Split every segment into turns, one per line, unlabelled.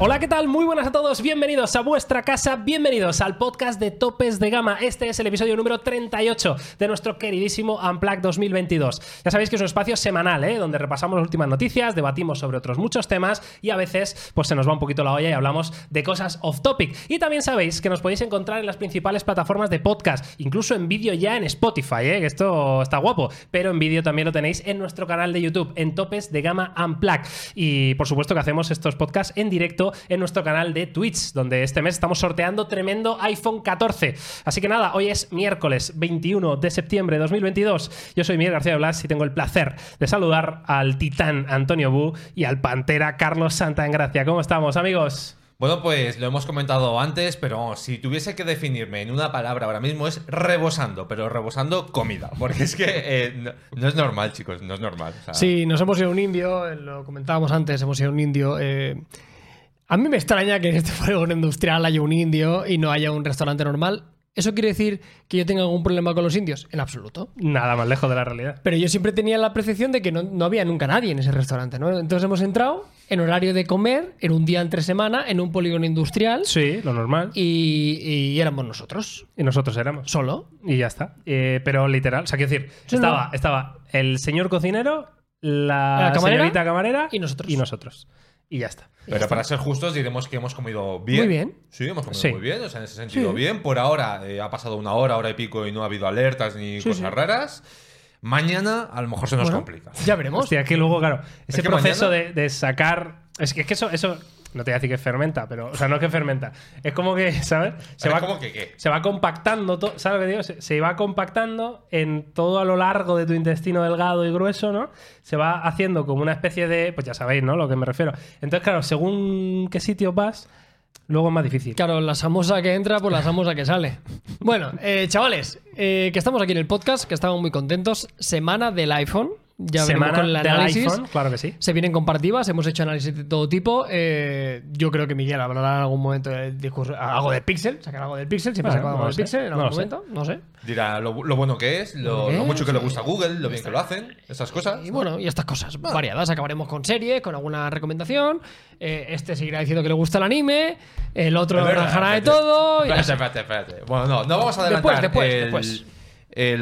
Hola, ¿qué tal? Muy buenas a todos, bienvenidos a vuestra casa, bienvenidos al podcast de Topes de Gama. Este es el episodio número 38 de nuestro queridísimo Unplugged 2022. Ya sabéis que es un espacio semanal, ¿eh? donde repasamos las últimas noticias, debatimos sobre otros muchos temas y a veces pues se nos va un poquito la olla y hablamos de cosas off topic. Y también sabéis que nos podéis encontrar en las principales plataformas de podcast, incluso en vídeo ya en Spotify, ¿eh? que esto está guapo, pero en vídeo también lo tenéis en nuestro canal de YouTube, en Topes de Gama Unplugged. Y por supuesto que hacemos estos podcasts en directo en nuestro canal de Twitch, donde este mes estamos sorteando tremendo iPhone 14. Así que nada, hoy es miércoles 21 de septiembre de 2022. Yo soy Miguel García de Blas y tengo el placer de saludar al titán Antonio Bu y al pantera Carlos Santa Engracia. ¿Cómo estamos, amigos?
Bueno, pues lo hemos comentado antes, pero si tuviese que definirme en una palabra ahora mismo es rebosando, pero rebosando comida, porque es que eh, no, no es normal, chicos, no es normal. o sea,
Sí, nos hemos ido a un indio, eh, lo comentábamos antes, hemos ido a un indio. eh, a mí me extraña que en este polígono industrial haya un indio y no haya un restaurante normal. ¿Eso quiere decir que yo tenga algún problema con los indios? En absoluto.
Nada más lejos de la realidad.
Pero yo siempre tenía la percepción de que no, no había nunca nadie en ese restaurante, ¿no? Entonces hemos entrado en horario de comer, en un día entre semana, en un polígono industrial
Sí, lo normal. Y,
y, y éramos nosotros,
nosotros éramos.
solo.
Y ya está. Eh, pero literal, o sea, quiero decir,
Sí,
estaba,
no.
estaba el señor cocinero, la,
La camarera
señorita camarera
y nosotros.
Y nosotros. Y ya está.
pero para ser justos diremos que hemos comido bien.
Muy bien.
Sí, hemos comido
Sí.
muy bien, o sea, en ese sentido bien. Por ahora eh, ha pasado una hora, hora y pico y no ha habido alertas ni cosas raras. Mañana a lo mejor se nos
Bueno,
complica.
Ya veremos.
Hostia, que luego, claro, ese
que
proceso
mañana-
de, de sacar. Es que, es que eso, eso. No te voy a decir que fermenta, pero. O sea, no es que fermenta. Es como que, ¿sabes? Se
Es
va,
como que, ¿qué?
se va compactando todo. ¿Sabes lo que digo? Se, se va compactando en todo a lo largo de tu intestino delgado y grueso, ¿no? Se va haciendo como una especie de. Pues ya sabéis, ¿no? Lo que me refiero. Entonces, claro, según qué sitio vas, luego es más difícil.
Claro, la samosa que entra por la samosa que sale. Bueno, eh, chavales, eh, que estamos aquí en el podcast, que estamos muy contentos. Semana del iPhone. Ya veremos con el
del
análisis.
iPhone, claro que sí.
Se vienen comparativas, hemos hecho análisis de todo tipo. eh, yo creo que Miguel hablará en algún momento del discurso. Algo del Pixel, sacar algo del Pixel, siempre
Bueno,
saca algo
no lo
del
sé,
Pixel en
no
algún
lo sé.
momento, no sé.
Dirá lo, lo bueno que es, lo,
Muy
lo
bien,
mucho que le gusta a Google, lo bien que lo hacen, esas cosas.
Y bueno, y estas cosas variadas. Acabaremos con series, con alguna recomendación. eh, este seguirá diciendo que le gusta el anime. El otro
Es verdad,
arranjará de
espérate.
todo. y
Espérate, espérate, espérate. Bueno, no, no vamos a adelantar
Después,
el,
después, después.
el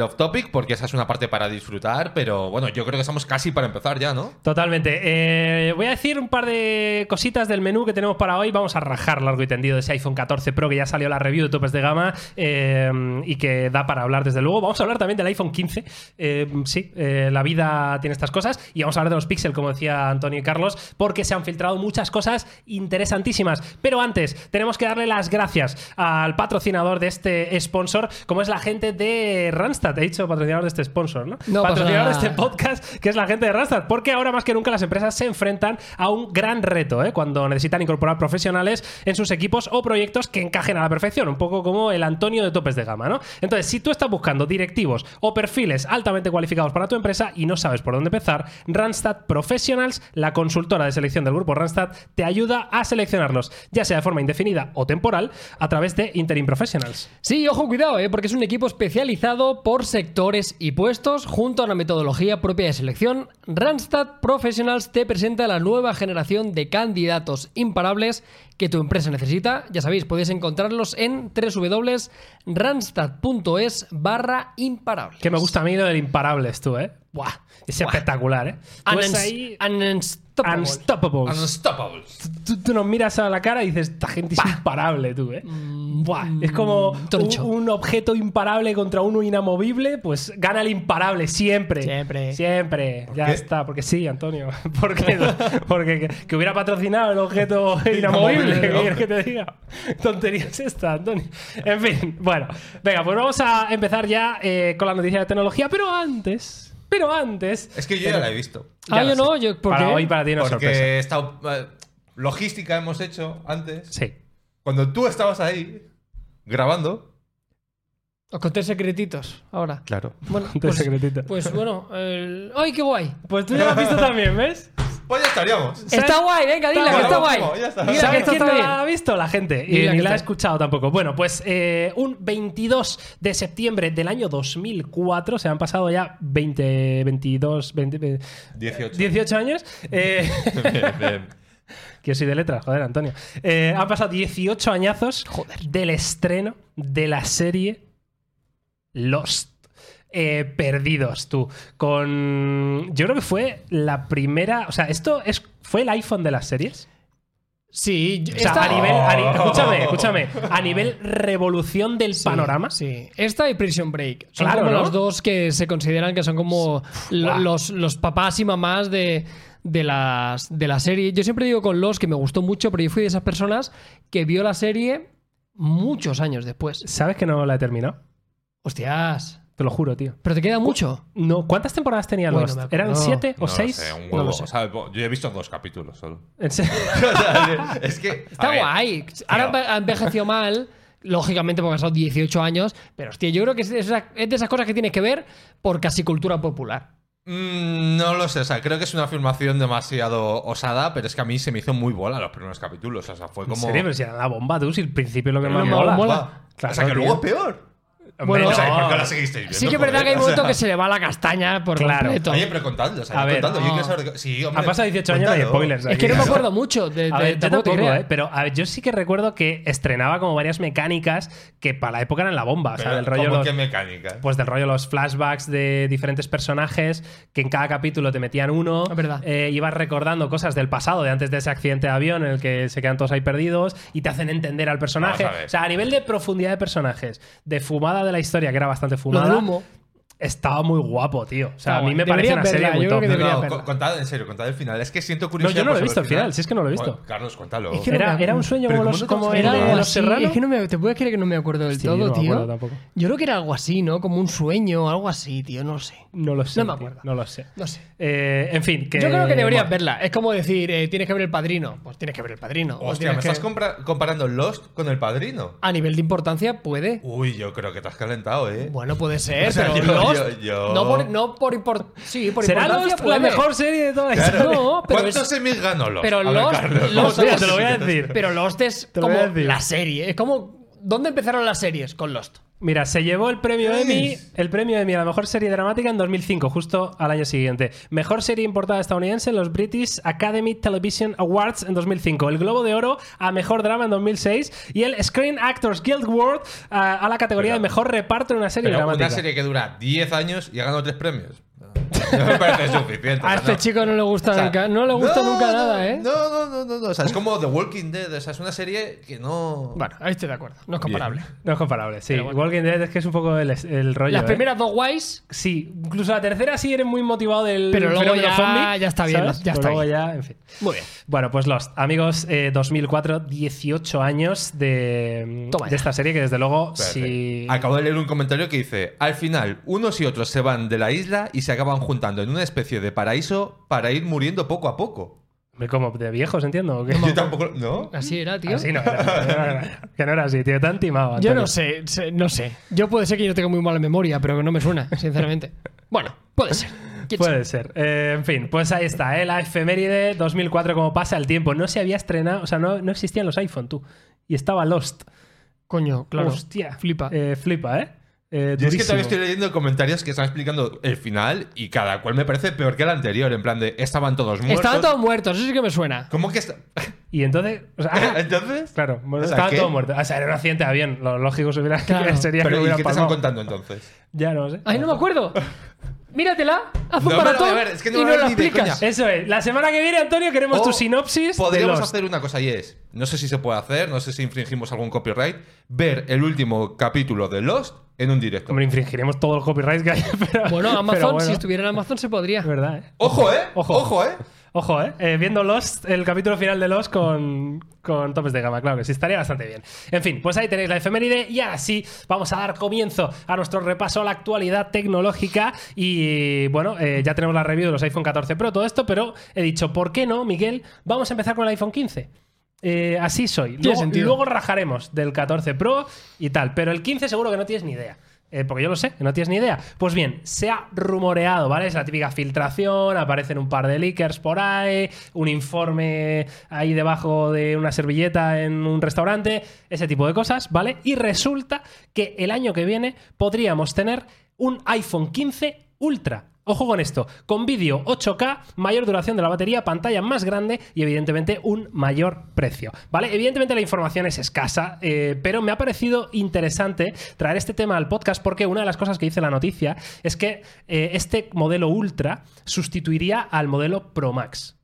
off topic porque esa es una parte para disfrutar, pero bueno, yo creo que estamos casi para empezar ya, ¿no?
Totalmente. Eh, voy a decir un par de cositas del menú que tenemos para hoy. Vamos a rajar largo y tendido de ese iPhone 14 Pro que ya salió la review de topes de gama eh, y que da para hablar, desde luego. Vamos a hablar también del iPhone 15. Eh, sí, eh, la vida tiene estas cosas. Y vamos a hablar de los Pixel, como decía Antonio y Carlos, porque se han filtrado muchas cosas interesantísimas. Pero antes, tenemos que darle las gracias al patrocinador de este sponsor, como es la gente de Randstad. He dicho patrocinador de este sponsor, ¿no?
No pasa
patrocinador de
nada.
este podcast podcast, que es la gente de Randstad, porque ahora más que nunca las empresas se enfrentan a un gran reto ¿eh? cuando necesitan incorporar profesionales en sus equipos o proyectos que encajen a la perfección, un poco como el Antonio de topes de gama, ¿no? Entonces, si tú estás buscando directivos o perfiles altamente cualificados para tu empresa y no sabes por dónde empezar, Randstad Professionals, la consultora de selección del grupo Randstad, te ayuda a seleccionarlos, ya sea de forma indefinida o temporal, a través de Interim Professionals.
Sí, ojo, cuidado, ¿eh? porque es un equipo especializado por sectores y puestos junto a una metodología propia de selección. Randstad Professionals te presenta la nueva generación de candidatos imparables que tu empresa necesita. Ya sabéis, podéis encontrarlos en www.randstad.es barra imparables.
Que me gusta a mí lo del imparables, tú, ¿eh?
Buah. Ah,
Es espectacular, ¿eh? Tú
An-
ves ahí-
an- unstoppable.
Unstoppables.
Pues
Unstoppables.
tú, tú nos miras a la cara y dices, esta gente es imparable, tú, ¿eh? Buah, es como un,
Mm, troncho.
un objeto imparable contra uno inamovible, pues gana el imparable siempre.
Siempre.
Siempre. Ya
qué?
está, porque sí, Antonio. porque Porque que, que hubiera patrocinado el objeto inamovible, ¿qué
Inamovible,
quieres que te diga? Tonterías esta, Antonio. En fin, bueno. Venga, pues vamos a empezar ya eh, con la noticia de tecnología, pero antes... Pero antes...
Es que yo ya la he visto.
Ya
Ah, yo
lo
no,
sé.
yo ¿por
Para
qué?
hoy para ti una sorpresa.
Porque esta eh, logística hemos hecho antes.
Sí.
Cuando tú estabas ahí grabando.
Os conté secretitos ahora.
Claro.
Bueno,
Conté
pues,
secretito.
pues bueno, el- ¡ay, qué guay!
Pues tú ya la has visto también, ¿ves?
Pues ya estaríamos.
¿Sabes?
Está guay, venga, dila que
Bueno,
está
vamos,
guay.
ya está.
Dila que
¿Sabes
esto
quién
está
no
bien.
la ha visto? La gente. Y
Mira que
ni la ha
está.
escuchado tampoco. Bueno, pues eh, un 22 de septiembre del año 2004, se han pasado ya 20, 22, 20,
18.
18 años. eh,
Bien, bien.
Que yo soy de letras, joder, Antonio. Eh, han pasado 18 añazos del estreno de la serie Lost. Eh, perdidos, tú. Con. Yo creo que fue la primera. O sea, esto es. ¿Fue el iPhone de las series?
Sí,
O sea, a nivel. a
Oh.
ni- escúchame, escúchame. A nivel revolución del panorama.
Sí, esta y Prison Break. Son
Claro,
como
¿no?
los dos que se consideran que son como lo-
Buah.
los, los papás y mamás de, de, las, de la serie. Yo siempre digo con los que me gustó mucho, pero yo fui de esas personas que vio la serie muchos años después.
¿Sabes que no la he terminado?
Hostias,
Te lo juro, tío.
pero te queda mucho.
No, ¿Cuántas temporadas tenía
Uy, no
Lost?
me acuerdo.
¿Eran
No.
siete o
No lo
seis?
sé, un
No lo
huevo.
sé.
O sea, Yo he visto dos capítulos solo.
En serio.
O sea, es que.
Está
a ver,
guay. Ahora
Pero-
ha envejecido mal, lógicamente porque han pasado 18 años, pero hostia, yo creo que es de esas- es de esas cosas que tienes que ver por casi cultura popular.
mm, no lo sé, o sea, creo que es una afirmación demasiado osada, pero es que a mí se me hizo muy bola los primeros capítulos. O sea, fue
En
como.
serio, pero si era la bomba, tú, si el principio es lo que más
no,
mola.
mola.
Claro,
o sea, que luego es
tío.
peor.
Bueno,
o sea,
no.
¿por qué la seguisteis viendo?
Sí que es verdad
Joder,
que hay
o
un momento
sea,
que se le va la castaña por
Claro.
completo.
Oye, pero contadlo, o sea,
A
yo
ver,
contadlo,
no.
yo quiero saber. Sí, hombre,
Han pasado 18 años y hay
contadlo.
spoilers.
Es que no me acuerdo mucho. De,
A
de-
ver, yo
tampoco te
tampoco,
creas.
¿eh? Pero a ver, yo sí que recuerdo que estrenaba como varias mecánicas que para la época eran la bomba. o sea,
Pero,
del rollo.
¿cómo
los-
qué mecánica?
Pues del rollo los flashbacks de diferentes personajes, que en cada capítulo te metían uno.
Es verdad.
Eh, ibas recordando cosas del pasado, de antes de ese accidente de avión en el que se quedan todos ahí perdidos, y te hacen entender al personaje.
Vamos a ver.
O sea, a nivel de profundidad de personajes, de fumada de la historia, que era bastante
Lo
fumada,
del humo.
estaba muy guapo, tío. O sea,
Está
a mí
guay.
me parece
Deberías
una serie
verla,
muy
yo creo
top.
que
No,
debería
no,
verla.
co- contad, en serio, contad el final. Es que siento curiosidad.
yo no lo he
por
visto
saber
el final, si es que no lo he visto.
Bueno, Carlos, cuéntalo.
Es que no-
Era, era un sueño como,
Pero ¿cómo
los,
no te
como
has
el
Era
de
acordado?
algo
los
así.
serranos.
Es que no me, te puedes creer que no me acuerdo del
Sí,
todo,
no me
tío.
acuerdo tampoco.
Yo creo que era algo así, ¿no? Como un sueño o algo así, tío. No lo sé.
No lo sé.
No me
tío,
acuerdo.
No lo sé.
No sé.
Eh, en fin, que.
Yo creo que deberías
bueno,
verla. Es como decir, eh, tienes que ver el padrino. Pues tienes que ver el padrino. O
Hostia,
tienes
me
que-
estás compra- comparando Lost con el padrino.
A nivel de importancia, puede.
Uy, yo creo que te has calentado, eh.
Bueno, puede ser,
O sea,
pero
yo- yo-
Lost,
yo-
No por, no por import- Sí, por
¿Será
importancia.
Lost la
puede.
mejor serie de toda la historia?
No, pero
¿Cuántos
es-
semis ganó Lost?
Pero
A ver,
Lost-
Carlos,
Lost-
¿cuántos
mira, te lo voy a
semis?
decir.
Pero Lost es
Te lo
como
voy a decir.
la serie. Es como. ¿Dónde empezaron las series? Con Lost.
Mira, se llevó el premio
¿Qué
Emmy,
dices?
el premio Emmy a la mejor serie dramática en 2005, justo al año siguiente. Mejor serie importada estadounidense en los British Academy Television Awards en 2005. El Globo de Oro a mejor drama en 2006 y el Screen Actors Guild Award a, a la categoría
Pero-
de mejor reparto en una serie
Pero
dramática.
una serie que dura 10 años y ha ganado 3 premios. No me parece suficiente. o
A
sea,
este
no.
chico no le gusta
O sea,
nunca, no le gusta
no,
nunca
no,
nada, ¿eh?
No, no, no, no, no. O sea, es como The Walking Dead. O sea, es una serie que no.
Bueno, ahí estoy de acuerdo, no es comparable.
No es comparable, sí.
Pero bueno.
Walking Dead es que es un poco el, el rollo.
Las
¿eh?
primeras dos guays,
Sí, incluso la tercera sí eres muy motivado del
Pero luego
fenómeno
ya-
zombie,
ya está bien,
¿sabes?
ya
Pero
está
luego
bien.
ya, en fin.
muy bien.
Bueno, pues Lost. Amigos, eh, 2004, 18 años de,
Toma ya.
de esta serie que desde luego
Espérate.
si...
Acabo de leer un comentario que dice: Al final, unos y otros se van de la isla y se acaban juntando en una especie de paraíso para ir muriendo poco a poco.
Hombre, Como de viejos, entiendo. ¿o qué?
Yo tampoco. ¿No?
Así era, tío.
Así no era, no era- Que no era así, tío. Tan timado.
yo
Antonio.
no sé, sé- no sé. Yo puede ser que yo tenga muy mala memoria, pero no me suena, sinceramente. Bueno, puede ser. ¿Quién sabe?
Puede ser. Eh, en fin, pues ahí está, ¿eh? la efeméride 2004, como pasa el tiempo. No se había estrenado, o sea, no, no existían los iPhone, tú. Y estaba Lost.
Coño, claro.
Hostia.
Flipa.
Eh, flipa, ¿eh? Eh,
Yo es que
durísimo.
todavía estoy leyendo comentarios que están explicando el final y cada cual me parece peor que el anterior. En plan de: Estaban todos muertos.
Estaban todos muertos, eso sí que me suena.
¿Cómo que está.?
Y entonces. o sea, ah,
Entonces.
Claro, bueno,
O sea,
estaba
¿qué?
todo muerto. O sea, era un accidente de avión. Lo lógico se hubiera-
Claro.
sería que
Pero, ¿y
hubiera
qué te están
pasado.
contando entonces?
Ya no lo sé.
Ay, no me acuerdo. Míratela, haz un
No me la voy a
maratón
ver, es que no
y
me la
no
veo
la
ni de
explicas.
coña.
Eso es. La semana que viene, Antonio, queremos
O
tu sinopsis. de
Oh, Podríamos
Lost.
hacer una cosa y es, no sé si se puede hacer, no sé si infringimos algún copyright, ver el último capítulo de Lost en un directo.
Hombre, infringiremos todos los copyrights que hay. Pero,
Bueno,
pero
Amazon,
bueno.
si estuviera en Amazon se podría.
Es verdad, ¿eh?
Ojo, eh.
Ojo.
Ojo, eh.
Ojo, ¿eh? Eh, Viendo Lost, el capítulo final de Lost con, con topes de gama, claro que sí, estaría bastante bien. En fin, pues ahí tenéis la efeméride y ahora sí, vamos a dar comienzo a nuestro repaso a la actualidad tecnológica y bueno, eh, ya tenemos la review de los iPhone 14 Pro, todo esto, pero he dicho, ¿por qué no, Miguel? Vamos a empezar con el iPhone 15. Eh, así soy. Luego,
sentido.
luego rajaremos del 14 Pro y tal, pero el 15 seguro que no tienes ni idea. Eh, porque yo lo sé, que no tienes ni idea. Pues bien, se ha rumoreado, ¿vale? Es la típica filtración, aparecen un par de leakers por ahí, un informe ahí debajo de una servilleta en un restaurante, ese tipo de cosas, ¿vale? Y resulta que el año que viene podríamos tener un iPhone 15 Ultra. Ojo con esto, con vídeo 8K, mayor duración de la batería, pantalla más grande y evidentemente un mayor precio. ¿Vale? Evidentemente la información es escasa, eh, pero me ha parecido interesante traer este tema al podcast porque una de las cosas que dice la noticia es que eh, este modelo Ultra sustituiría al modelo Pro Max.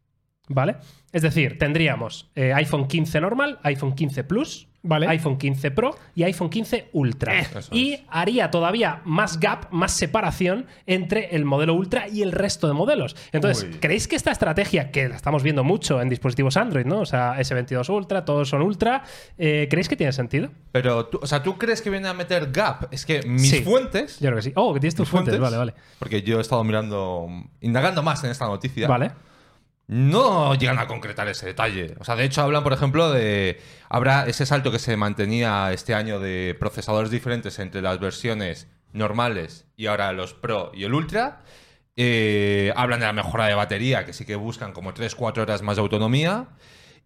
¿Vale? Es decir, tendríamos eh, iPhone 15 normal, iPhone 15 Plus,
Vale.
iPhone 15 Pro y iPhone 15 Ultra.
Eso
y
es.
haría todavía más gap, más separación entre el modelo Ultra y el resto de modelos. Entonces,
Uy.
¿creéis que esta estrategia, que la estamos viendo mucho en dispositivos Android, ¿no? O sea, S22 Ultra, todos son Ultra, eh, ¿creéis que tiene sentido?
Pero, tú, o sea, ¿tú crees que viene a meter gap? Es que mis
Sí.
fuentes.
Yo creo que sí. Oh, que tienes tus
mis
fuentes. Vale, vale.
Porque yo he estado mirando, indagando más en esta noticia.
Vale.
No llegan a concretar ese detalle. O sea, de hecho hablan, por ejemplo, de habrá ese salto que se mantenía este año de procesadores diferentes entre las versiones normales y ahora los Pro y el Ultra. Eh, hablan de la mejora de batería, que sí que buscan como 3-4 horas más de autonomía.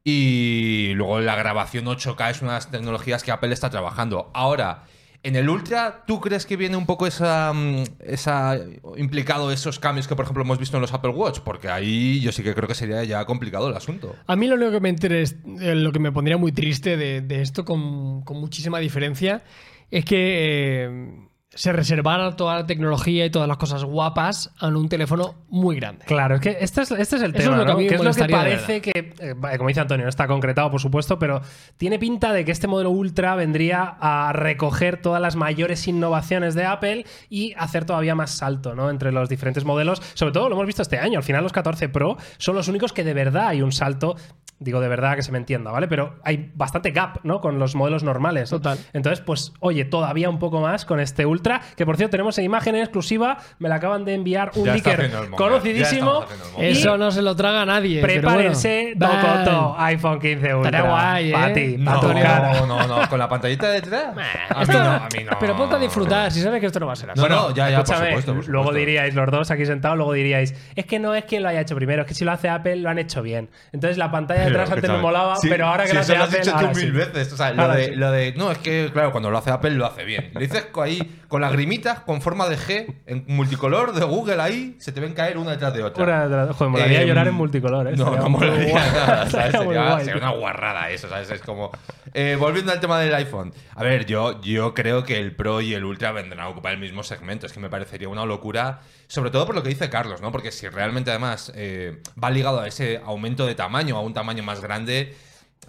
Y luego la grabación 8K es una de las tecnologías que Apple está trabajando. Ahora, en el Ultra, ¿tú crees que viene un poco esa, mm, esa implicado esos cambios que, por ejemplo, hemos visto en los Apple Watch? Porque ahí yo sí que creo que sería ya complicado el asunto.
A mí lo único que me interesa, lo que me pondría muy triste de, de esto con, con muchísima diferencia es que eh, se reservara toda la tecnología y todas las cosas guapas a un teléfono muy grande.
Claro, es que este es, este es el
Eso es
tema,
lo que a
¿no?
mí me
Que es lo que
molestaría de
parece que, eh, vale, como dice Antonio, no está concretado, por supuesto, pero tiene pinta de que este modelo Ultra vendría a recoger todas las mayores innovaciones de Apple y hacer todavía más salto, ¿no? Entre los diferentes modelos. Sobre todo lo hemos visto este año. Al final los 14 Pro son los únicos que de verdad hay un salto. Digo de verdad que se me entienda, ¿vale? Pero hay bastante gap, ¿no? Con los modelos normales. ¿no?
Total.
Entonces, pues, oye, todavía un poco más con este Ultra, que por cierto tenemos en imagen en exclusiva, me la acaban de enviar un
Ya está
leaker
haciendo el monger, ya
conocidísimo.
estamos haciendo el monger.
Y
Eso no se lo traga nadie. pero bueno.
Prepárense,
Bam.
Docoto, iPhone 15 Ultra.
Estará guay, ¿eh?
Pa' ti, pa'
No,
tu cara.
no, no, no, con la pantallita de detrás. A mí
Esto-
no, a mí no.
Pero ponte a disfrutar, si sabes que esto no va a ser así.
No, no, ya, ya, por
Escúchame,
supuesto, por
luego
supuesto.
diríais los dos aquí sentados, luego diríais, es que no es quien lo haya hecho primero, es que si lo hace Apple lo han hecho bien. Entonces la pantalla de
Pero,
atrás antes me
escúchame,
molaba,
sí,
pero ahora que
sí,
lo
eso
hace
lo has
Apple,
dicho tú
ahora sí.
mil veces. O sea, lo
Ahora
de,
sí.
lo de- No, es que, claro, cuando lo hace Apple lo hace bien. Lo dices co- ahí con lagrimitas, con forma de G, en multicolor de Google ahí, se te ven caer una detrás de otra.
Una detrás- joder, molaría
Em,
llorar en multicolor, ¿eh?
No,
Sería
no
muy
molaría
guay.
nada, ¿sabes?
Sería muy
Sería,
guay.
sería una guarrada eso, ¿sabes? Es como... Eh, volviendo al tema del iPhone. A ver, yo, yo creo que el Pro y el Ultra vendrán a ocupar el mismo segmento. Es que me parecería una locura, sobre todo por lo que dice Carlos, ¿no? Porque si realmente además eh, va ligado a ese aumento de tamaño, a un tamaño más grande,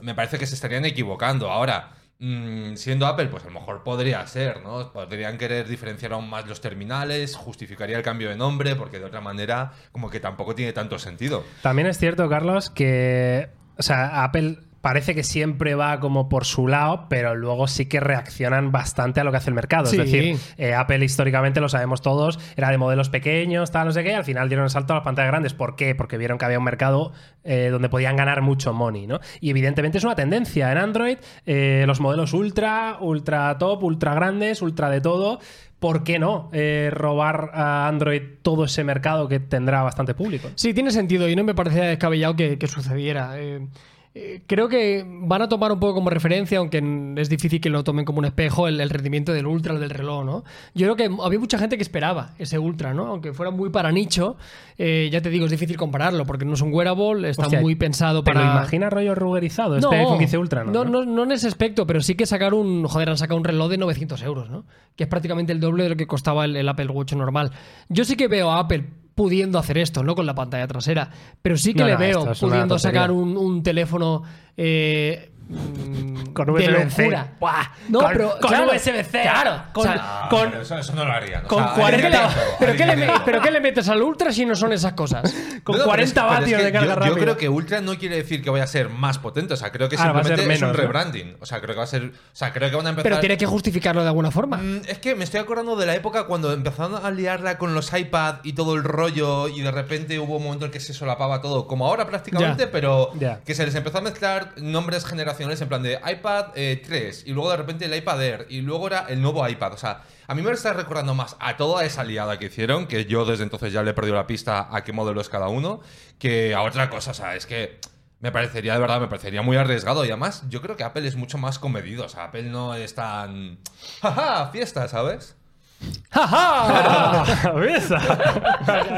me parece que se estarían equivocando. Ahora, mm, siendo Apple, pues a lo mejor podría ser, ¿no? Podrían querer diferenciar aún más los terminales, justificaría el cambio de nombre, porque de otra manera como que tampoco tiene tanto sentido.
También es cierto, Carlos, que. O sea, Apple parece que siempre va como por su lado, pero luego sí que reaccionan bastante a lo que hace el mercado.
Sí.
Es decir, eh, Apple históricamente, lo sabemos todos, era de modelos pequeños, tal, no sé qué, y al final dieron el salto a las pantallas grandes. ¿Por qué? Porque vieron que había un mercado eh, donde podían ganar mucho money, ¿no? Y evidentemente es una tendencia en Android, eh, los modelos ultra, ultra top, ultra grandes, ultra de todo. ¿Por qué no eh, robar a Android todo ese mercado que tendrá bastante público?
Sí, tiene sentido y no me parece descabellado que, que sucediera. Eh, eh, creo que van a tomar un poco como referencia, aunque n- es difícil que lo tomen como un espejo, el, el rendimiento del Ultra, el del reloj, ¿no? Yo creo que había mucha gente que esperaba ese Ultra, ¿no? Aunque fuera muy para nicho, eh, ya te digo, es difícil compararlo porque no es un wearable, está
Hostia,
muy pensado
¿Te
para...
lo imaginas rollo rugerizado? Este iPhone 15 Ultra, ¿no?
No, no, no en ese aspecto, pero sí que sacar un. Joder, han sacado un reloj de 900 euros, ¿no? Que es prácticamente el doble de lo que costaba el, el Apple Watch normal. Yo sí que veo a Apple pudiendo hacer esto, ¿no? Con la pantalla trasera. Pero sí que
No,
le
no, esto
veo
es una
pudiendo
tontería.
sacar un, un teléfono. eh, mm,
Con
de
USB-C.
locura.
Buah,
No,
con-
pero.
con
claro,
USB-C.
Claro.
Con-
o sea,
Ah,
con-
pero eso, eso no lo harían.
con
¿Pero qué, le,
40
pero qué le me- pero qué le metes al Ultra si no son esas cosas?
Con 40 vatios de carga
yo,
rápida.
Yo creo que Ultra no quiere decir que vaya a ser más potente. O sea, creo que
Ah, va a ser
simplemente es un
menos, ¿no?
rebranding. O sea, creo que va a ser. O sea, creo que van a empezar.
Pero tiene que justificarlo de alguna forma.
Mm, Es que me estoy acordando de la época cuando empezaron a liarla con los iPad y todo el rollo y de repente hubo un momento en que se solapaba todo, como ahora prácticamente,
Ya.
pero
Ya.
que se les empezó a mezclar nombres generacionales en plan de iPad eh, 3 y luego de repente el iPad Air y luego era el nuevo iPad. O sea, a mí me está recordando más a toda esa liada que hicieron, que yo desde entonces ya le he perdido la pista a qué modelo es cada uno, que a otra cosa. O sea, es que... Me parecería, de verdad, me parecería muy arriesgado. Y además, yo creo que Apple es mucho más comedido. O sea, Apple no es tan. ¡Jaja! Fiesta, ¿sabes?
¡Ja, ja!
¡Cabeza!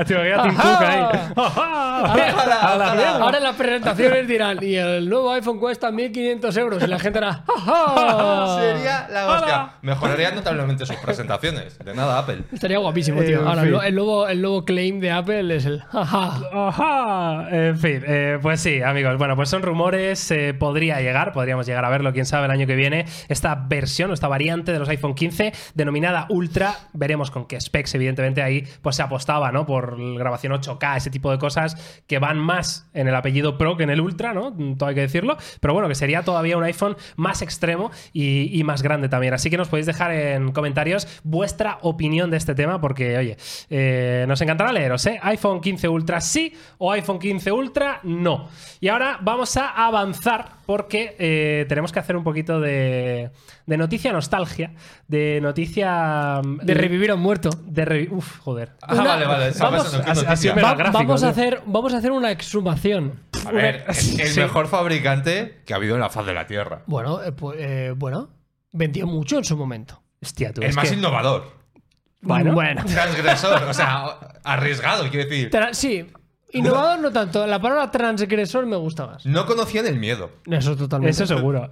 Te voy a Tim
Ah. Ajá.
Cook ahí. ¡Ajá!
Ahora,
¡A la mierda!
ahora en las presentaciones dirán, y el nuevo iPhone cuesta 1.500 euros. Y la gente hará,
Ah.
¡ajá!
Sería la hostia. Mejoraría notablemente sus presentaciones. De nada, Apple.
Estaría guapísimo,
Eh,
tío.
en
Ahora,
fin.
el, el nuevo, el nuevo claim de Apple es el, ¡ajá!
Ajá. En fin, eh, pues sí, amigos. Bueno, pues son rumores. eh, podría llegar, podríamos llegar a verlo, quién sabe, el año que viene. Esta versión o esta variante de los iPhone 15, denominada Ultra, veremos con qué specs, evidentemente, ahí pues se apostaba, ¿no? Por grabación 8K, ese tipo de cosas que van más en el apellido Pro que en el Ultra, ¿no? Mm, Todo hay que decirlo. Pero bueno, que sería todavía un iPhone más extremo y, y más grande también. Así que nos podéis dejar en comentarios vuestra opinión de este tema, porque, oye, eh, nos encantará leeros, ¿eh? iPhone 15 Ultra sí o iPhone 15 Ultra no. Y ahora vamos a avanzar porque eh, tenemos que hacer un poquito de, de noticia nostalgia, de noticia. mm,
De revivir a un muerto.
de revi- Uf, joder.
Ah,
Una-
vale, vale. esa
vamos-
esa no, qué
así- así
noticia.
me- Pero
Va-
gráfico,
vamos, a
tío.
hacer, vamos a hacer una exhumación.
A ver, el, el
Sí.
mejor fabricante que ha habido en la faz de la Tierra.
Bueno, eh, pues, eh, bueno, vendió mucho en su momento.
Hostia, tú.
El
es
más
que-
innovador.
Bueno.
Transgresor. o sea, arriesgado, quiero decir.
Tra- sí, innovador no tanto. La palabra transgresor me gusta más.
No conocían el miedo.
Eso totalmente.
Eso seguro.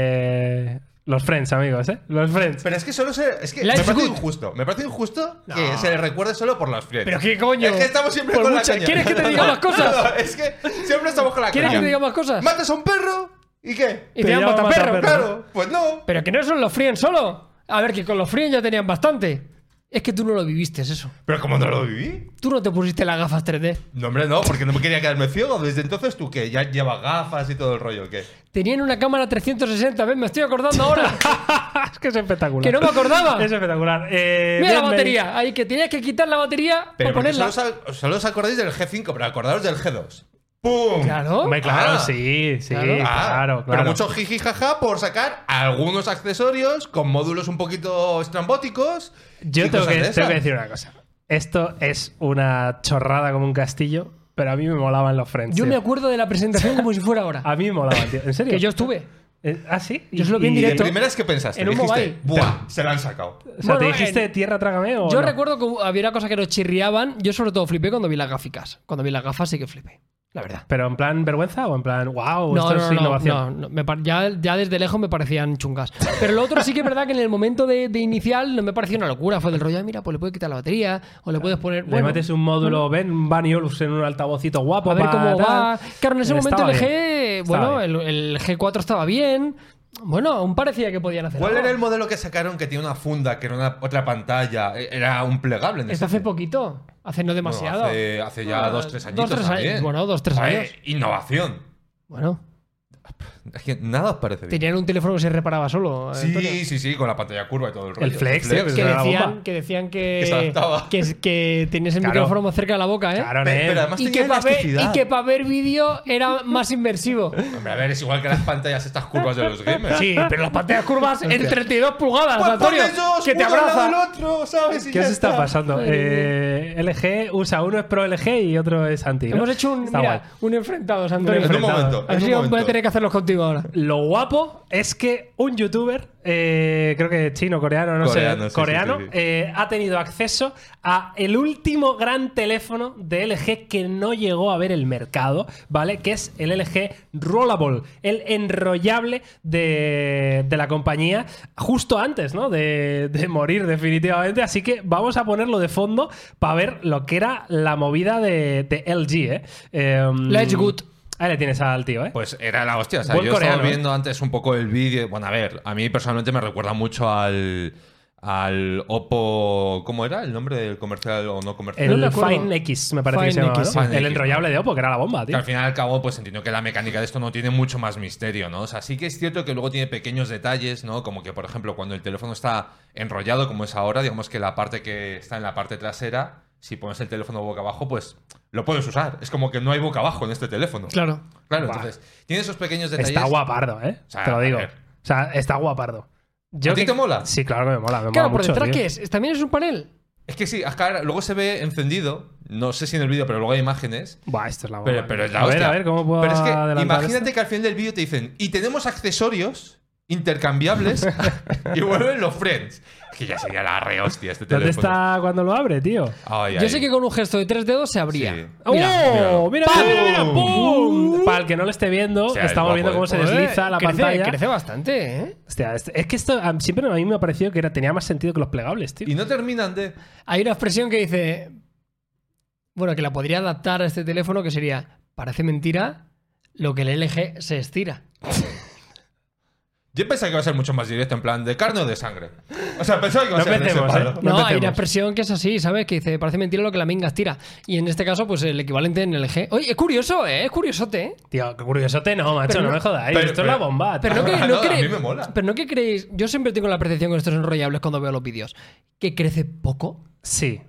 Eh, los Friends, amigos, ¿eh? Los Friends.
Pero es que solo se. Es que
Life
me
is
parece
good.
injusto. Me parece injusto que se le recuerde solo por las friends.
Pero qué coño.
Es que estamos siempre
Por
con
mucha-
la caña.
¿Quieres que te diga más cosas?
No, es que siempre estamos con la
¿Quieres
caña.
que te diga más cosas?
¿Matas a un perro? ¿Y qué?
y
Te
te llaman
llaman
mataperro,
mataperro.
claro.
Claro, pues no.
Pero que no son los Frien solo. A ver, que con los Frien ya tenían bastante. Es que tú no lo viviste, es eso.
Pero como no lo viví.
Tú no te pusiste las gafas 3D.
No, hombre, no, porque no me quería quedarme ciego. Desde entonces tú que ya llevas gafas y todo el rollo, ¿qué?
Tenían una cámara 360, ¿ves? Me estoy acordando ahora.
es que es espectacular.
que no me acordaba.
Es espectacular. Eh,
Mira la
bienveni-
batería. Ahí que tenías que quitar la batería
Pero
para
porque
ponerla.
solo, os- solo os acordáis del G5, pero acordaros del G2. ¡Pum!
Claro.
Hombre, claro,
Ah.
sí, sí,
Claro.
claro, claro.
Pero Ah, mucho jiji jaja por sacar algunos accesorios con módulos un poquito estrambóticos. y
Yo tengo
cosas
que,
de
tengo que
esas.
decir una cosa. Esto es una chorrada como un castillo, pero a mí me molaban los Friends.
Yo
tío.
me acuerdo de la presentación como si fuera ahora.
Ah,
A mí me molaban, tío. ¿En serio?
Que yo estuve.
Eh, ¿Ah, sí?
Yo se lo vi en
Y de
directo.
primeras que pensaste,
en un
dijiste,
mobile.
Buah, se la han sacado.
O sea,
Bueno,
¿te dijiste
en-
tierra trágame o
Yo
no?
recuerdo que había una cosa que nos chirriaban. Yo sobre todo flipé cuando vi las gráficas. Cuando vi las gafas sí que flipé, la verdad.
¿Pero en plan vergüenza o en plan, wow, esto es innovación?
no, no, me par- ya, ya desde lejos me parecían chungas. Pero lo otro sí que es verdad que en el momento de, de inicial no me pareció una locura. Fue del rollo, "Ay, mira, pues le puedes quitar la batería o le puedes poner...
Le
bueno,
metes un módulo, ven, un Bunny Olufsen en un altavocito guapo.
a ver
pa-
cómo
tal.
va. Claro, en ese
Estaba
momento el
bien.
G...
Estaba
Bueno,
bien.
el, el G4 estaba bien. Bueno, aún parecía que podían hacer
¿Cuál
algo.
era el modelo que sacaron que tiene una funda, que era una, otra pantalla? E- Era un plegable. En
Esto hace poquito. Hace no
Bueno,
demasiado.
hace, hace ya
Ah,
dos, tres añitos
dos, tres años.
también.
Bueno, dos, tres
Joder,
años.
Innovación.
Bueno,
Es que nada os parece bien.
tenían un teléfono que se reparaba solo. Antonio.
Sí, sí, sí, con la pantalla curva y todo el rollo.
flex, ¿eh?
que
Eso era la
decían,
bomba.
que decían que,
Que se adaptaba.
que, que tenías el
Claro.
micrófono más cerca de la boca, ¿eh?
Claro,
Pe-
nen.
pero además
Y
tenía
que, para ver, y
elasticidad.
que para ver vídeo era más inmersivo.
Hombre, a ver, es igual que las pantallas estas curvas de los gamers.
Sí, pero las pantallas curvas en 32 pulgadas,
Pues
Antonio,
ponle dos,
que te
uno al lado
abraza.
del otro, ¿sabes? Y
¿Qué
ya
os está pasando?
Madre
Eh, LG usa uno es pro LG y otro es anti. ¿no?
Hemos hecho un,
Está
mira,
guay.
un enfrentados, Antonio.
Un En un enfrentado.
momento,
A ver
en
si
un
voy a
momento.
tener que hacerlos contigo ahora.
Lo guapo es que un youtuber, eh, creo que chino, coreano, no
Coreano,
sé,
sí,
coreano,
sí, sí, sí.
eh, ha tenido acceso a el último gran teléfono de LG que no llegó a ver el mercado, ¿vale? Que es el LG Rollable, el enrollable de, de la compañía, justo antes, ¿no? De, de morir definitivamente. Así que vamos a ponerlo de fondo para ver lo que era la movida de, de LG, ¿eh? Em,
La Edge Good.
Ahí le tienes al tío, ¿eh?
Pues era la hostia. O sea,
Buen
yo estaba
coreano, ¿eh?
viendo antes un poco el vídeo. Bueno, a ver, a mí personalmente me recuerda mucho al. Al Oppo. ¿Cómo era el nombre del comercial o no comercial?
El
me acuerdo.
Fine X, me parece que se
Fine
llamaba,
X,
¿no?
sí. Fine
El
X.
enrollable de Oppo, que era la bomba,
Que
tío.
al final y al cabo, pues entiendo que la mecánica de esto no tiene mucho más misterio, ¿no? O sea, sí que es cierto que luego tiene pequeños detalles, ¿no? Como que, por ejemplo, cuando el teléfono está enrollado, como es ahora, digamos que la parte que está en la parte trasera, si pones el teléfono boca abajo, pues lo puedes usar. Es como que no hay boca abajo en este teléfono.
Claro.
Claro,
Buah.
entonces, tiene esos pequeños detalles.
Está guapardo, ¿eh?
O sea,
te lo digo.
a
O
ver.
sea, está guapardo. Yo
¿A ti
que-
te mola?
Sí, claro que me mola. Me
Claro,
mola
por
mucho,
detrás,
tío.
¿qué es? ¿También es un panel?
Es que sí, Ascar, luego se ve encendido, no sé si en el vídeo, pero luego hay imágenes.
Buah, esto es la bomba.
Pero, pero es la
a ver,
hostia.
a ver, ¿cómo puedo
Pero es que
adelantar
imagínate
esto?
que al final del vídeo te dicen, y tenemos accesorios intercambiables y vuelven los friends. Que ya sería la re hostia este
¿Dónde
teléfono.
está cuando lo abre, tío?
Ay,
Yo
ay.
sé que con un gesto de tres dedos se abría. Ah,
Sí.
¡Oh!
Mira.
Mira, mira, mira, mira, ¡pum!
Uh.
Para el que no lo esté viendo,
sea, es
estamos
guapo,
viendo
eh.
cómo se
Joder,
desliza la
crece-
pantalla.
Crece bastante, ¿eh?
Hostia, es es que esto a- siempre a mí me ha parecido que era, tenía más sentido que los plegables, tío.
Y no terminan de.
Hay una expresión que dice. Bueno, que la podría adaptar a este teléfono, que sería: parece mentira, lo que el LG se estira.
Yo pensaba que iba a ser mucho más directo, en plan de carne o de sangre. O sea, pensaba que iba
No
a ser de ese
empecemos,
palo.
¿eh? No
No, hay
empecemos.
una expresión que es así, ¿sabes? Que dice: parece mentira lo que la minga estira. Y en este caso, pues el equivalente en LG. Oye, es curioso, ¿eh? Es curiosote, ¿eh?
Tío, qué curiosote, no, macho,
Pero
no,
no-
me jodáis.
pero-
esto
pero-
es la bomba.
Pero no,
tío.
que,
Ah,
no
no,
cre-
a mí me mola.
Pero no que creéis. Yo siempre tengo la percepción con estos enrollables cuando veo los vídeos. Que crece poco.
Sí.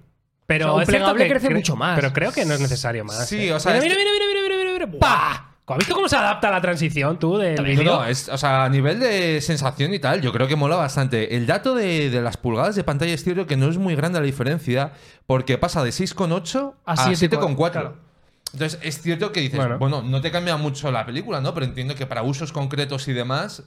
Pero
O sea, un
es cierto
plegable
que
crece
cre-
mucho más.
Pero creo que no es necesario más.
Sí,
eh.
o sea,
Mira,
es
mira,
que-
mira, mira, mira, mira, mira. ¡Pah! ¿Has visto cómo se adapta la transición tú del
No,
vídeo?
no, es, o sea, a nivel de sensación y tal, yo creo que mola bastante. El dato de, de las pulgadas de pantalla exterior que no es muy grande la diferencia, porque pasa de 6,8
A
a,
7,4,
7,4.
claro.
Entonces, es cierto que dices,
Bueno.
bueno. no te cambia mucho la película, ¿no? Pero entiendo que para usos concretos y demás,